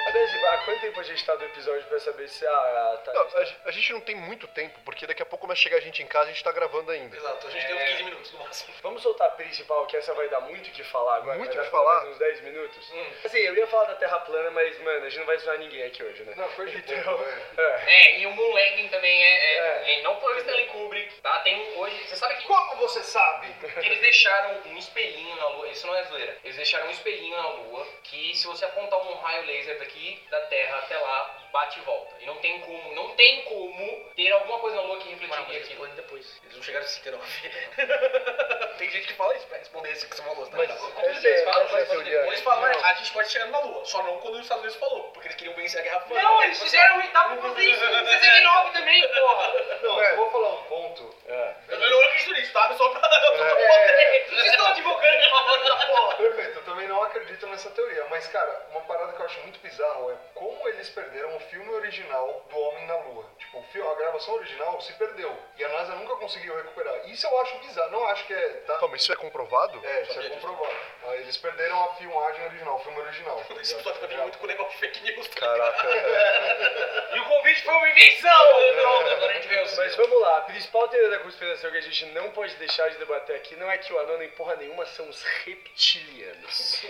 E: Andrés, há quanto tempo a gente tá do episódio pra saber se a. a tá,
D: Não, a, gen- a gente não tem muito tempo, porque daqui a pouco começa a chegar gente em casa e a gente tá gravando ainda.
B: Exato, a gente
C: É.
B: tem uns 15 minutos no máximo.
E: Vamos soltar a principal, que essa vai dar muito o que falar agora.
D: Muito
E: vai
D: o
E: dar
D: que falar?
E: pelo menos Uns 10 minutos.
I: Hum.
E: Assim, eu ia falar da Terra plana, mas, mano, a gente não vai zoar ninguém aqui hoje, né?
A: Não, foi de
E: Então,
A: boa, é.
E: é.
C: É, e o Moonlegging também é. é,
E: É.
C: é. Não foi o Stanley Kubrick, tá? Tem um- hoje. Você sabe que.
A: Como você sabe?
C: Que Eles deixaram um espelhinho na lua, isso não é zoeira. Eles deixaram um espelhinho na lua que se você apontar um raio laser daqui da Terra até lá, bate e volta. E não tem como, não tem como ter alguma coisa na lua que refletir
B: Mas
C: aquilo.
B: responde depois. um Eles não chegaram a 69. Tem gente que fala isso pra responder isso que você falou, tá ligado?
D: Essa é,
C: fala,
D: essa é a
C: mas
D: teoria.
B: Eles falam, "Mas a gente pode chegar na Lua, só não quando os Estados Unidos falou, porque eles queriam vencer a Guerra Fria.
C: Não, eles
B: um
C: fizeram e dava pra fazer isso em 69 também, porra!
A: Não, eu vou falar um ponto.
B: Eu não acredito nisso, tá? Só
D: É.
B: pra...
C: Vocês estão advogando em favor da porra!
A: Perfeito, eu também não acredito nessa teoria, mas cara, uma parada que eu acho muito bizarro é como eles perderam o filme original do Homem na Lua. Tipo, o filme, a gravação original se perdeu e a NASA nunca conseguiu recuperar. Isso eu acho bizarro, não acho que é. Tá?
D: Calma, isso é comprovado?
A: É, isso é comprovado. Ah, Eles perderam a filmagem original, o filme original. tá
B: Esse
A: ligado?
B: episódio vai vir muito com o negócio de fake news, tá ligado?
D: Caraca.
C: E o convite foi uma invenção! Pronto, agora a gente vê o
E: Mas vamos lá, a principal teoria da conspiração que a gente não pode deixar de debater aqui não é que o anão nem porra nenhuma são os reptilianos.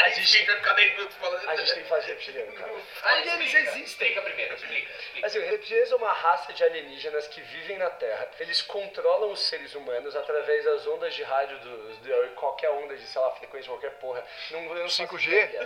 B: A gente vai ficar 10 minutos falando...
E: A gente tem que falar de reptiliano, cara.
C: Aí
E: eles existem.
C: Explica primeiro, explica, explica.
E: Assim, os reptilianos é uma raça de alienígenas que vivem na Terra. Eles controlam os seres humanos através das ondas de rádio, do, de qualquer onda de, sei lá, frequência, qualquer porra. Não, eu não faço
D: 5G?
E: ideia.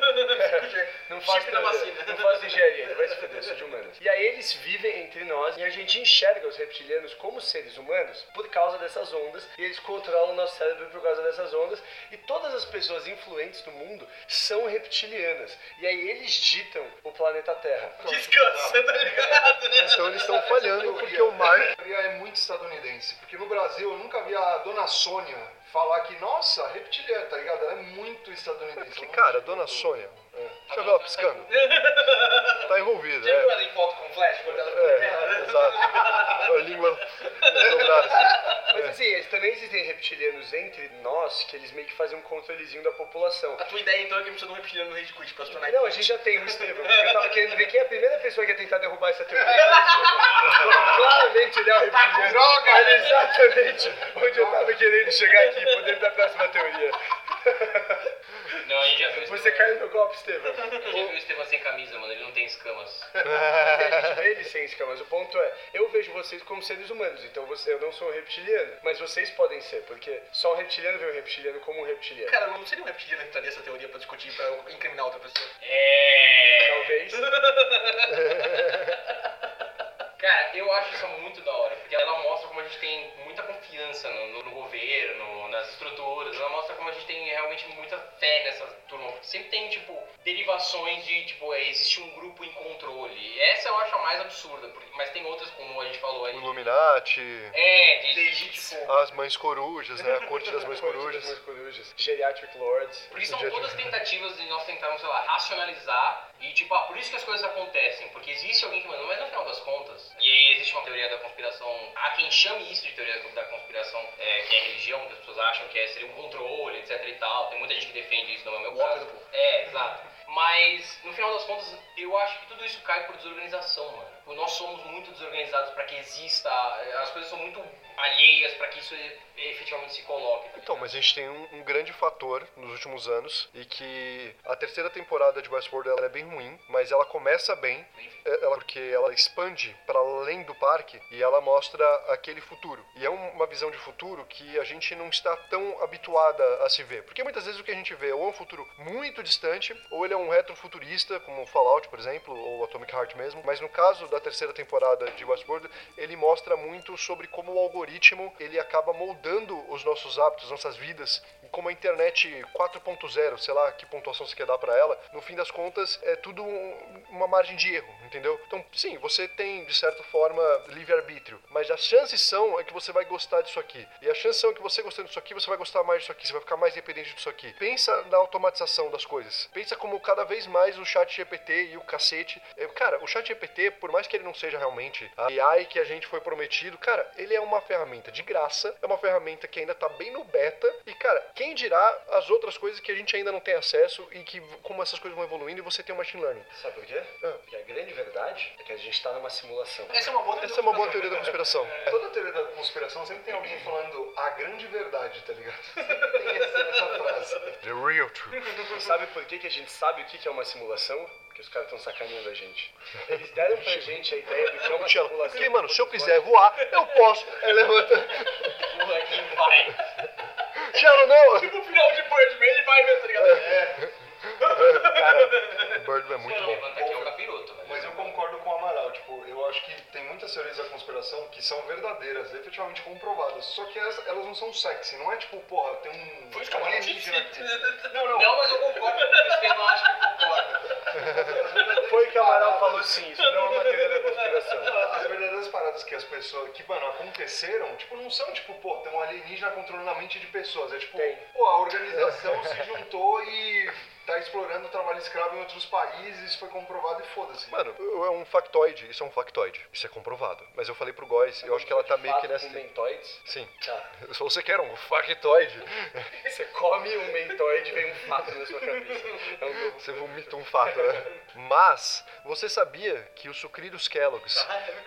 E: Não faço,
B: Chip na
E: teoria,
B: vacina.
E: não faço engenharia, ele vai se fuder, sou de humanos. E aí eles vivem entre nós e a gente enxerga os reptilianos como seres humanos por causa dessas ondas e eles controlam o nosso cérebro por causa dessas ondas e todas as pessoas influentes do mundo são reptilianas. E aí eles ditam o planeta Terra.
B: Descansa, tá ligado?
D: Então eles estão falhando
A: teoria-
D: porque o Mark.
A: essa teoria é muito estadunidense. Porque no Brasil eu nunca vi a dona Sônia falar que, nossa, reptiliana, tá ligado? Ela é muito estadunidense.
D: Que
A: Eu não
D: cara,
A: sei.
D: dona Sônia. Deixa eu ver ela piscando. Tá envolvida,
B: Já viu
D: é.
B: ela em foto com flash quando ela ficou
D: É,
B: ferrada?
D: exato. A língua dobrada assim.
E: Mas assim, eles também existem reptilianos entre nós que eles meio que fazem um controlezinho da população.
B: A tua ideia então é que a gente precisa de um reptiliano no Rede Quit pra se tornar
E: Não, a gente já tem o Estevam. porque Eu tava querendo ver quem é a primeira pessoa que ia tentar derrubar essa teoria. era o Estevam. Então, Claramente ele é um reptiliano. Droga! Era exatamente onde eu tava querendo chegar aqui, podendo da próxima teoria.
C: Não, a gente já viu o
E: Você
C: Estevam-
E: caiu no golpe, Estevam.
C: a gente já viu o Estevam sem camisa, mano. Ele não tem escamas.
E: A gente vê ele sem escamas. O ponto é, eu vejo vocês como seres humanos, então você- eu não sou um reptiliano. Mas vocês podem ser, porque só um reptiliano vê um reptiliano como um reptiliano.
B: Cara, não seria um reptiliano que entraria essa teoria pra discutir, pra incriminar outra pessoa.
C: É.
E: Talvez.
C: Cara, eu acho isso muito da hora, porque ela mostra como a gente tem muita confiança no, no- no governo, nas estruturas, ela mostra como a gente tem realmente muita fé nessa turma. Porque sempre tem, tipo, derivações de, tipo, é, existe um grupo em controle. Essa eu acho a mais absurda, porque- mas tem outras, como a gente falou
D: O
C: aí.
D: Illuminati,
C: É, de, de, de, tipo.
D: as mães corujas, né? A corte das mães corujas.
E: Umas corujas. Geriatric Lords.
C: Porque são todas tentativas de nós tentarmos, sei lá, racionalizar e, tipo, ah, por isso que as coisas acontecem, porque existe alguém que mandou, mas no final das contas, e aí existe uma teoria da conspiração, há quem chame isso de teoria da conspiração, é, que é religião, que as pessoas acham que é, seria um controle, etc e tal, tem muita gente que defende isso, não é o meu caso. É, exato. Mas, no final das contas, eu acho que tudo isso cai por desorganização, mano. Tipo, Nós somos muito desorganizados pra que exista, as coisas são muito alheias pra que isso efetivamente se coloque. tá
D: Então,
C: ligado?
D: mas a gente tem um, um grande fator nos últimos anos e que a terceira temporada de Westworld ela é bem ruim, mas ela começa bem, é- ela, porque ela expande para além do parque e ela mostra aquele futuro. E é um- uma visão de futuro que a gente não está tão habituada a se ver, porque muitas vezes o que a gente vê ou é um futuro muito distante, ou ele é um retrofuturista, como Fallout, por exemplo, ou Atomic Heart mesmo, mas no caso da terceira temporada de Westworld, ele mostra muito sobre como o algoritmo ele acaba moldando os nossos hábitos, nossas vidas, e como a internet 4.0, sei lá que pontuação você quer dar pra ela, no fim das contas é tudo um- uma margem de erro, entendeu? Então, sim, você tem de certa forma livre-arbítrio, mas as chances são é que você vai gostar disso aqui. E as chances são que você gostando disso aqui, você vai gostar mais disso aqui, você vai ficar mais dependente disso aqui. Pensa na automatização das coisas. Pensa como cada vez mais o chat GPT e o cacete. é, Cara, o chat GPT, por mais que ele não seja realmente a AI que a gente foi prometido, cara, ele é uma ferramenta de graça, é uma ferramenta que ainda tá bem no beta. E, cara, quem dirá as outras coisas que a gente ainda não tem acesso e que como essas coisas vão evoluindo e você tem o machine learning.
E: Sabe por quê? Porque a grande verdade é que a gente tá numa simulação.
B: Essa é uma boa
D: Essa é uma boa teoria da conspiração.
A: Toda teoria da conspiração sempre tem alguém falando a grande verdade, tá ligado? Sempre tem essa, essa frase.
D: The real truth.
E: Sabe por que, que a gente sabe o que, que é uma simulação? Porque os caras estão sacaneando a gente. Eles deram pra gente a ideia do que é uma
D: Tchelo,
E: simulação.
D: Porque, mano, se eu quiser voar, eu posso. Aí É, levanta.
C: Porra, que vai.
D: Tchelo, não!
B: No final de Birdman ele vai mesmo, tá ligado?
D: Birdman é muito bom.
C: Levanta aqui é o capiroto, velho.
A: Mas eu concordo com o Amaral, tipo, eu acho que tem muitas teorias da conspiração que são verdadeiras, efetivamente comprovadas, só que elas, elas não são sexy, não é tipo, porra, tem um
B: Foi isso que eu falei. tipo, né?
A: alienígena aqui. Não, não,
C: Não, mas eu concordo com o Estevam, acho que eu concordo.
E: Foi que o Amaral falou sim, isso não é uma teoria da conspiração.
A: as verdadeiras paradas que as pessoas, que, mano, aconteceram, tipo, não são tipo, pô, tem um alienígena controlando a mente de pessoas, é tipo,
E: Tem.
A: pô, a organização se juntou e tá explorando o trabalho escravo em outros países, isso foi comprovado e foda-se.
D: Mano, eu- é um factoide, isso é um factoide, isso é comprovado. Mas eu falei pro Góis, eu acho que ela tá meio que nessa.
E: Com mentoides.
D: Sim.
E: Tá.
D: Se você quer um factoide,
E: Você come um mentoide e vem um fato na sua cabeça. É um novo
D: você vomita um fato, né? Mas, você sabia que os sucrilhos Kellogg's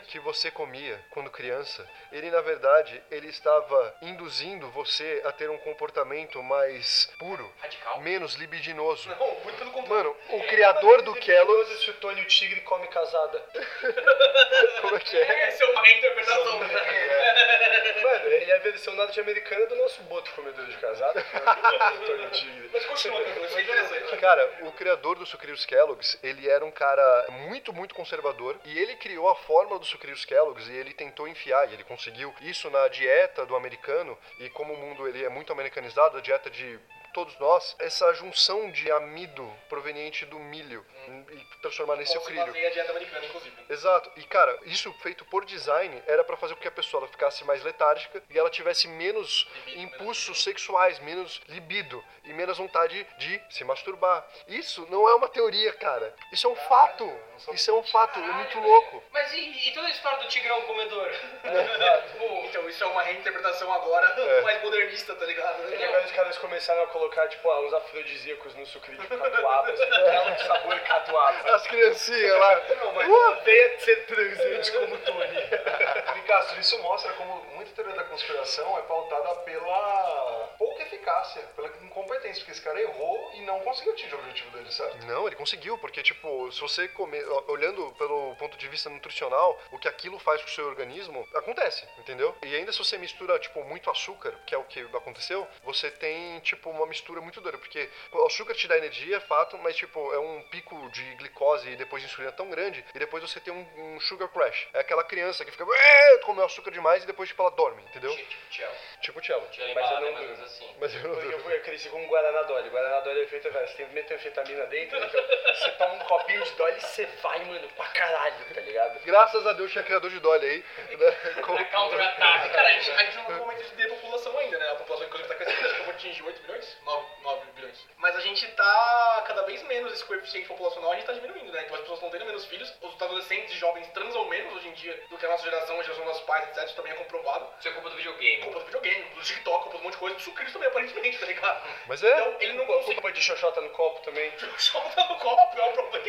D: que você comia quando criança, ele na verdade, ele estava induzindo você a ter um comportamento mais puro,
C: Radical?
D: menos libidinoso.
B: Não, muito pelo contrário.
D: Mano, o criador do Kellogg's,
E: Todo se o Tony o Tigre come casada.
D: como é que é?
B: Essa é uma reinterpretação.
E: Mano, ele é a versão norte-americana do nosso boto comedor de casada. Tony o Tigre.
B: Mas continua, Pedro, isso é interessante.
D: Cara, o criador do Sucrilhos Kellogg's, ele era um cara muito, muito conservador e ele criou a fórmula do Sucrilhos Kellogg's e ele tentou enfiar, e ele conseguiu isso na dieta do americano e como o mundo ele é muito americanizado, a dieta de todos nós, essa junção de amido proveniente do milho e transformar nesse
B: Como se
D: frilho.
B: baseia a dieta americana, inclusive.
D: Exato. E cara, isso feito por design era pra fazer com que a pessoa ela ficasse mais letárgica e ela tivesse menos impulsos sexuais, menos libido e menos vontade de se masturbar. Isso não é uma teoria, cara. Isso é um fato. Isso é um fato, é muito louco.
C: Mas e, e toda a história do tigrão comedor?
B: Então isso é uma reinterpretação agora mais modernista, tá ligado?
E: E agora os caras começaram a colocar, tipo, ah, uns afrodisíacos no sucrilho de catuaba, assim, dá um sabor catuaba.
D: As criancinhas lá. Uh!
E: Odeia ser transante como Tony.
A: Picasso, isso mostra como muita teoria da conspiração é pautada pela pouca eficácia, pela incompetência, porque esse cara errou e não conseguiu atingir o objetivo dele, certo?
D: Não, ele conseguiu, porque, tipo, se você comer, ó, olhando pelo ponto de vista nutricional, o que aquilo faz com o seu organismo, acontece, entendeu? E ainda se você mistura, tipo, muito açúcar, que é o que aconteceu, você tem, tipo, uma mistura muito doida, porque o açúcar te dá energia, é fato, mas, tipo, é um pico de glicose e depois de insulina tão grande, e depois você tem um, um sugar crash. É aquela criança que fica, "Ué", comeu açúcar demais e depois, tipo, ela dorme, entendeu?
C: Tipo, tchau.
D: Tipo, tchelo.
C: Tchau,
E: Mas eu
C: embalada,
E: não
C: mais ou menos
E: durmo.
C: assim.
D: Mas eu não
E: Porque eu, fui- eu cresci com um Guaraná Dolly. Guaraná Dolly é feito, velho, você tem metanfetamina dentro, então você toma um copinho de Dolly e você vai, mano, pra caralho, tá ligado?
D: Graças a Deus tinha criador de Dolly aí. né? Com-
C: Pra counter-ataque.
B: Cara, a gente, a gente não tá no momento de depopulação ainda, né? A população inclusive tá crescendo, acho que eu vou atingir 8 bilhões? 9, 9 bilhões. Mas a gente tá cada vez menos esse coeficiente populacional, a gente tá diminuindo, né? Então as pessoas estão tendo menos filhos, os adolescentes e jovens transam menos hoje em dia do que a nossa geração, a geração dos nossos pais, etc. Isso também é comprovado.
C: Isso é culpa do videogame.
B: Culpa do videogame, do TikTok, culpa de um monte de coisa, do sucrilhos também, aparentemente, tá ligado?
C: Hum.
D: Mas é.
B: Então ele não consegue.
E: Culpa de xoxota no copo também.
B: Solta no copo, é um problema.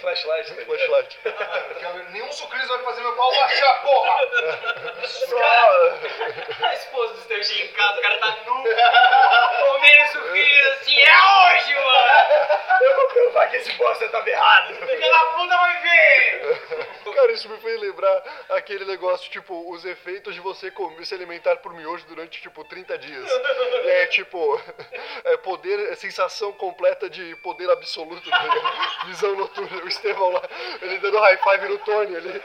E: Flashlight, tá ligado?
D: Flashlight.
A: Nenhum sucrilhos vai fazer meu pau baixar, porra!
C: A esposa do Estevão chega em casa, o cara tá nu. Comendo sucrilhos assim, é hoje, mano.
E: Eu vou provar que esse bosta tava errado.
C: Aquela puta vai ver.
D: Cara, isso me fez lembrar aquele negócio, tipo, os efeitos de você comer, se alimentar por miojo durante, tipo, 30 dias. É, tipo, é poder, é sensação completa de poder absoluto, tá ligado? visão noturna. O Estevão lá, ele dando high five no Tony ali.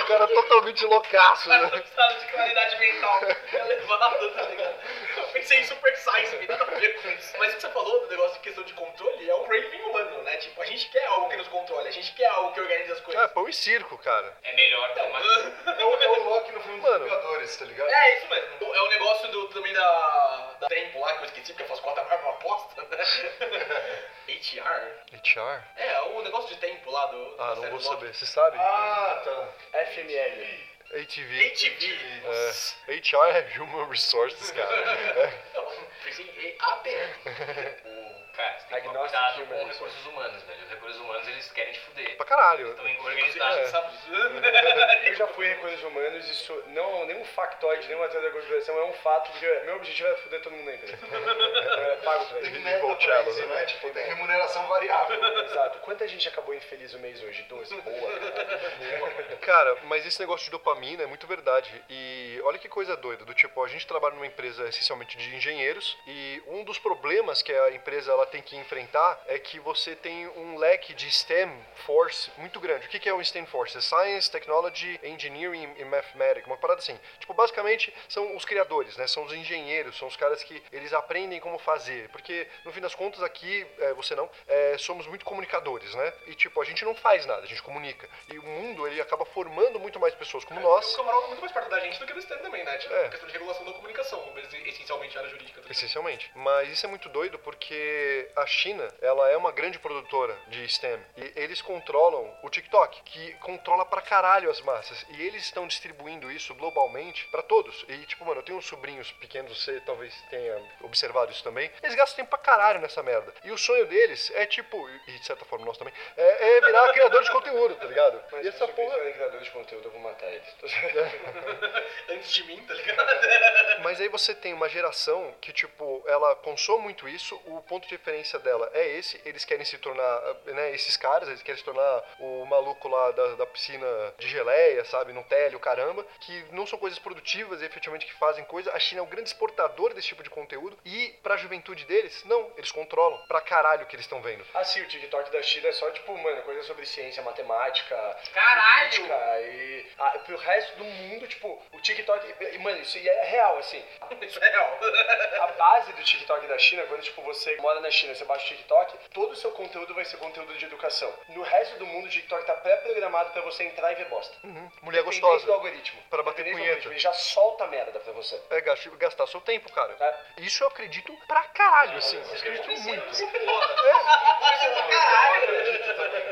D: O cara totalmente loucaço,
B: Cara,
D: né?
B: um estado de claridade mental elevada, tá ligado? Eu pensei em Super Size, me nada a ver com isso. Mas o que você falou do negócio de questão de controle é um craving humano, né? Tipo, a gente quer algo que nos controle, a gente quer algo que organize as
D: É,
B: coisas.
D: pão e circo, cara.
C: É melhor tomar.
A: É o, é o Loki no filme dos
D: Mano.
A: Vingadores, tá ligado?
B: É isso mesmo. É o negócio do, também da, da tempo lá, que eu esqueci porque eu faço quarta marca uma aposta, né? HR.
D: HR?
B: É, o negócio de tempo lá do. da
D: Ah,
B: série
D: não vou
B: do
D: saber. Você sabe?
A: Ah, tá.
E: FML.
D: ATV.
B: HV.
D: É, HR é Human Resources, cara.
B: Não, pensei em APM.
C: O- Cara, você tem que tomar
E: Agnóstico
C: cuidado
E: human
C: com
E: resource.
C: recursos humanos, velho. Os recursos humanos, eles querem te fuder.
D: Pra caralho.
C: Estão
D: É.
B: Sabe,
C: organizados.
B: sabe disso?
E: Eu já fui em recursos humanos, isso não é nenhum factoide, nenhuma teoria da conspiração, é um fato, porque meu objetivo era foder todo mundo na empresa. Eu era pago pra isso.
A: Tem meta pra
D: Volcello,
A: isso,
D: né?
A: né? Tipo, tem remuneração variável.
E: Exato. Quanta gente acabou infeliz o mês hoje? 12. Boa.
D: Cara, mas esse negócio de dopamina é muito verdade. E olha que coisa doida, do tipo, a gente trabalha numa empresa essencialmente de engenheiros e um dos problemas que a empresa ela tem que enfrentar é que você tem um leque de STEM force muito grande. O que que é o STEM force? É Science, Technology, Engineering e Mathematics, uma parada assim. Tipo, basicamente são os criadores, né? São os engenheiros, são os caras que eles aprendem como fazer, porque no fim das contas aqui, é, você não, é, somos muito comunicadores, né? E tipo, a gente não faz nada, a gente comunica. E o mundo, ele acaba formando muito mais pessoas como
B: O
D: nós,
B: camarão tá muito mais perto da gente do que do stand também, né? Tipo,
D: É.
B: questão de regulação da comunicação, mas essencialmente área jurídica. também.
D: essencialmente. Mas isso é muito doido porque a China, ela é uma grande produtora de STEM. E eles controlam o TikTok, que controla pra caralho as massas. E eles estão distribuindo isso globalmente pra todos. E tipo, mano, eu tenho uns sobrinhos pequenos, você talvez tenha observado isso também. Eles gastam tempo pra caralho nessa merda. E o sonho deles é tipo, e de certa forma nós também, é, é virar criador de conteúdo, tá ligado?
E: Mas
D: E essa porra...
E: criador de conteúdo, eu vou matar eles.
B: Antes de mim, tá ligado?
D: Mas aí você tem uma geração que, tipo, ela consome muito isso, o ponto de referência dela é esse, eles querem se tornar, né, esses caras, eles querem se tornar o maluco lá da, da piscina de geleia, sabe, no tele, o caramba, que não são coisas produtivas e efetivamente que fazem coisa. A China é um grande exportador desse tipo de conteúdo e pra juventude atitude deles? Não, eles controlam pra caralho o que eles estão vendo.
A: Assim, o TikTok da China é só, tipo, mano, coisa sobre ciência, matemática,
C: Caralho!
A: política e... Ah, pro resto do mundo, tipo, o TikTok... e, Mano, isso é real, assim.
B: Isso é real.
A: A base do TikTok da China, quando, tipo, você mora na China, você baixa o TikTok, todo o seu conteúdo vai ser conteúdo de educação. No resto do mundo, o TikTok tá pré-programado pra você entrar e ver bosta.
D: Mulher
A: Independente
D: gostosa.
A: do algoritmo.
D: Pra bater
A: Independente do
D: punheta.
A: algoritmo, Ele já solta merda pra você.
D: É gas- gastar seu tempo, cara.
A: Tá?
D: Isso eu acredito pra caralho, assim. Eu acredito muito.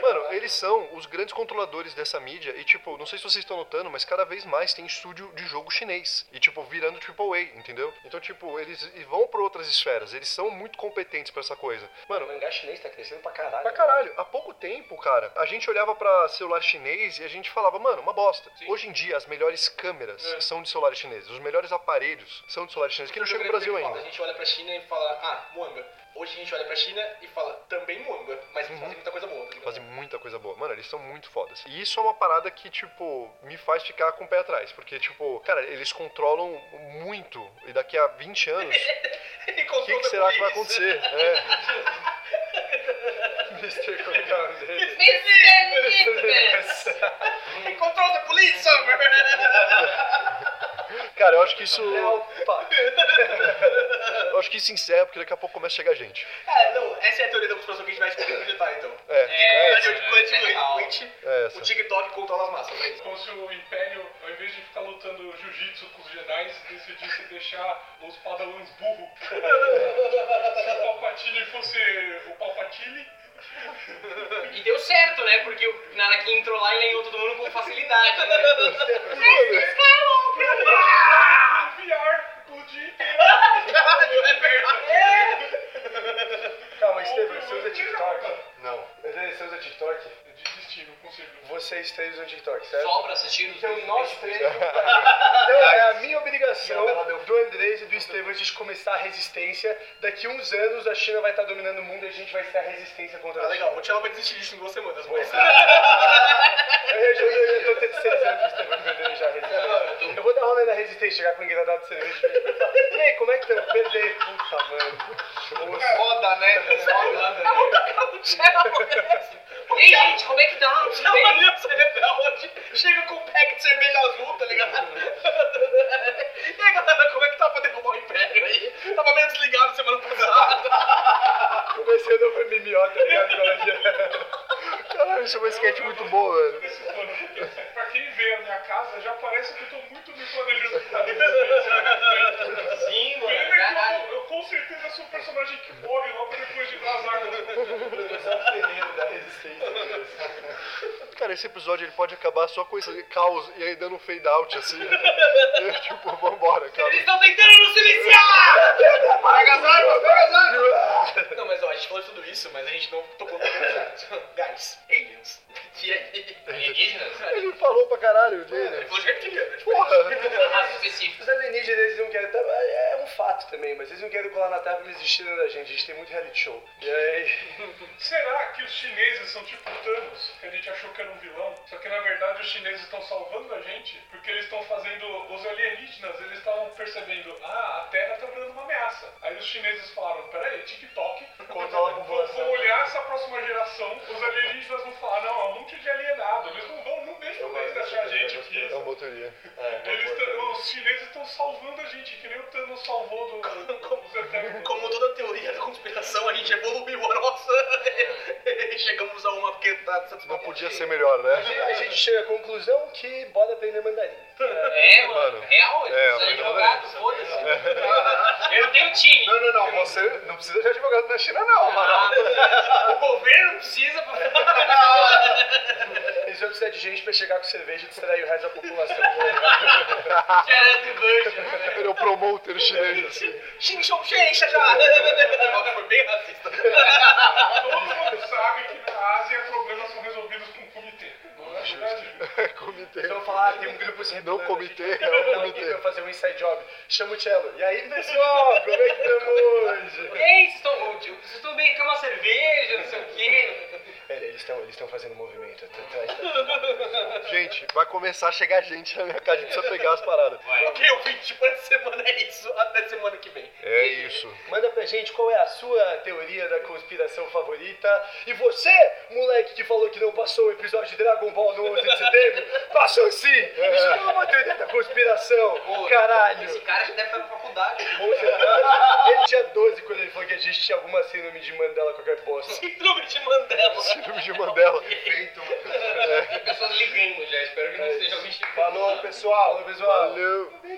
D: Mano, eles são os grandes controladores dessa mídia e, tipo, não sei se vocês estão notando, mas cada vez mais tem estúdio de jogo chinês. E, tipo, virando AAA, entendeu? Então, tipo, eles vão pra outras esferas. Eles são muito competentes pra essa coisa.
A: O
D: Mano,
A: mangá chinês tá crescendo pra caralho.
D: Pra caralho, há pouco tempo, cara, a gente olhava pra celular chinês e a gente falava, mano, uma bosta. Hoje em dia, as melhores câmeras são de celulares chineses, os melhores aparelhos são de celulares chineses, que não chega no Brasil
B: A
D: ainda.
B: gente olha pra China e fala, ah, Mwanga. Hoje a gente olha pra China e fala, também Mwanga. Mas fazem muita coisa boa. tá ligado?
D: Uhum. Fazem muita coisa boa. Mano, eles são muito fodas. E isso é uma parada que, tipo, me faz ficar com o pé atrás. Porque, tipo, cara, eles controlam muito. E daqui a 20 anos,
B: E
D: o que, que será que vai acontecer? É.
A: Mister, como é que é o nome dele?
B: Encontrou da polícia!
D: Cara, eu acho que isso.
A: É Opa!
D: Eu acho que isso encerra, porque daqui a pouco começa a chegar gente.
B: É, não, essa é a teoria da conspiração que a gente vai explicar no detalhe, então.
D: É.
B: É,
D: É, essa. É
B: é,
D: essa.
B: o TikTok controla as massas, é isso.
E: Como se o Império, ao invés de ficar lutando jiu-jitsu com os Jedi, decidisse deixar os padawans burro. se o Palpatine fosse o Palpatine,
C: E deu certo, né? Porque o Nanakin entrou lá e ganhou todo mundo com facilidade, né?
E: enviar o Jim
B: Caralho, é verdade.
E: Ah,
A: Calma, Estevam, você usa TikTok?
D: Não.
A: Você usa TikTok?
E: desistir, não consigo.
A: Vocês três usam TikTok, certo?
C: Só pra assistir os
A: Então
C: vídeos
A: nós
C: dele.
A: três. Então é a minha obrigação do Andrés e do Estevam a gente começar a resistência. Daqui uns anos a China vai estar dominando o mundo e a gente vai ser a resistência contra
B: Tá
A: a China.
B: legal, o Tchelo vai desistir disso em duas semanas, mas...
A: Eu já eu já tô tendo seis anos de Estevam perdendo já a resistência. Eu vou dar rolê na resistência, chegar com um engradado de cerveja. e falar, E aí, como é que tá? Eu Perdi. Puta, mano.
C: Foda, né? Foda, né? E aí, gente, como é que tá? Tudo
B: Tchelo
C: bem?
B: ali, você rebelde, chega com um pack de cerveja azul, tá ligado? E aí, galera, como é que tá pra derrubar o Império aí? Tava meio desligado semana passada.
A: Comecei a dar pra MMO, tá ligado? Biologia.
D: Caralho, isso é uma sketch muito boa, velho.
E: Esse plano que deu certo. Pra quem vê a minha casa, já parece que eu tô muito me planejando.
C: Sim, mano.
E: Pena que
C: Caralho.
E: eu, eu com certeza sou um personagem que morre logo depois de dar as armas.
D: Cara, esse episódio ele pode acabar só com esse caos e aí dando um fade out assim. É, tipo, vambora, cara.
C: Eles estão tentando nos silenciar! Pega as armas, pega as armas!
B: Não, mas ó, a gente falou de tudo isso, mas a gente não tocou no assunto. Guys, aliens. E aí?
C: Alienígenas?
D: Ele falou pra caralho
B: Ele
D: dele.
B: falou de reptiliano, tipo,
D: Porra!
C: Raça específica.
A: Os alienígenas eles não querem. tá, É um fato também, mas eles não querem colar na terra porque eles desistiram da gente. A gente tem muito reality show. E aí.
E: Será que os chineses são tipo Thanos, que a gente achou que era um vilão? Só que na verdade os chineses estão salvando a gente porque eles estão fazendo. Os alienígenas eles estavam percebendo: ah, a Terra tá virando uma ameaça. Aí os chineses falaram: peraí, TikTok.
A: Controla a
E: Vou,
A: população.
E: vou olhar essa próxima geração. Os alienígenas vão falar: não, é um monte de alienado. Eles não vão, não deixam eles achar a gente aqui.
D: É uma teoria.
E: Eles tão- os chineses estão salvando a gente, que nem o Thanos salvou do, dos eternos.
B: Como toda teoria da conspiração, a gente evoluiu a nossa. Chegamos a uma porque tá
D: Não podia ser melhor, né?
A: A gente chega à conclusão que bora aprender mandarim.
C: É, mano.
D: Mano.
C: Real,
D: É,
C: eles
D: foi
C: precisam
D: na
C: jogar,
D: verdade.
C: foda-se. Eu tenho time.
D: Não, não, não. Você não precisa de advogado na China, não, mano.
C: O governo precisa pra.
A: Eles vão precisar de gente pra chegar com cerveja e distrair o resto da população.
C: Gerard Diversion.
D: Ele é o promoter chinês, assim.
B: Xin Chong Shen, xa, já. Foi bem racista.
E: Todo mundo sabe que na Ásia problemas são resolvidos com um comitê. Não é verdade?
D: Comitê.
A: Eles vão falar, ah, tem um grupo se
D: Não
A: revelando.
D: comitê, é o
A: Alguém vai
D: comitê.
A: fazer um inside job. Chama o Cello. E aí, pessoal, como é que estamos hoje?
C: Ei, vocês estão- vocês estão bem? Quer uma cerveja, não sei o quê?
A: Pera, eles estão eles tão fazendo movimento. Tá- tá-
D: Gente, vai começar a chegar gente na minha casa. A gente precisa pegar as paradas.
B: Ok, ouvinte, por essa semana é isso. Até semana que vem.
D: É isso.
A: Manda pra
D: gente qual é a sua teoria da conspiração favorita. E você, moleque que falou que não passou o episódio de Dragon Ball no 11 de setembro, passou sim! Isso não é uma teoria da conspiração, caralho!
C: Esse cara já deve estar na faculdade. né?
D: Ele tinha 12 quando ele falou que a gente tinha alguma síndrome de Mandela qualquer bosta.
K: Síndrome de Mandela.
A: Filme de Mandela.
L: Feito.
D: É
C: Tem pessoas ligando já, espero que não esteja ouvindo.
D: Falou, pessoal! Falou, pessoal!
A: Valeu.
L: Beijo.
C: Um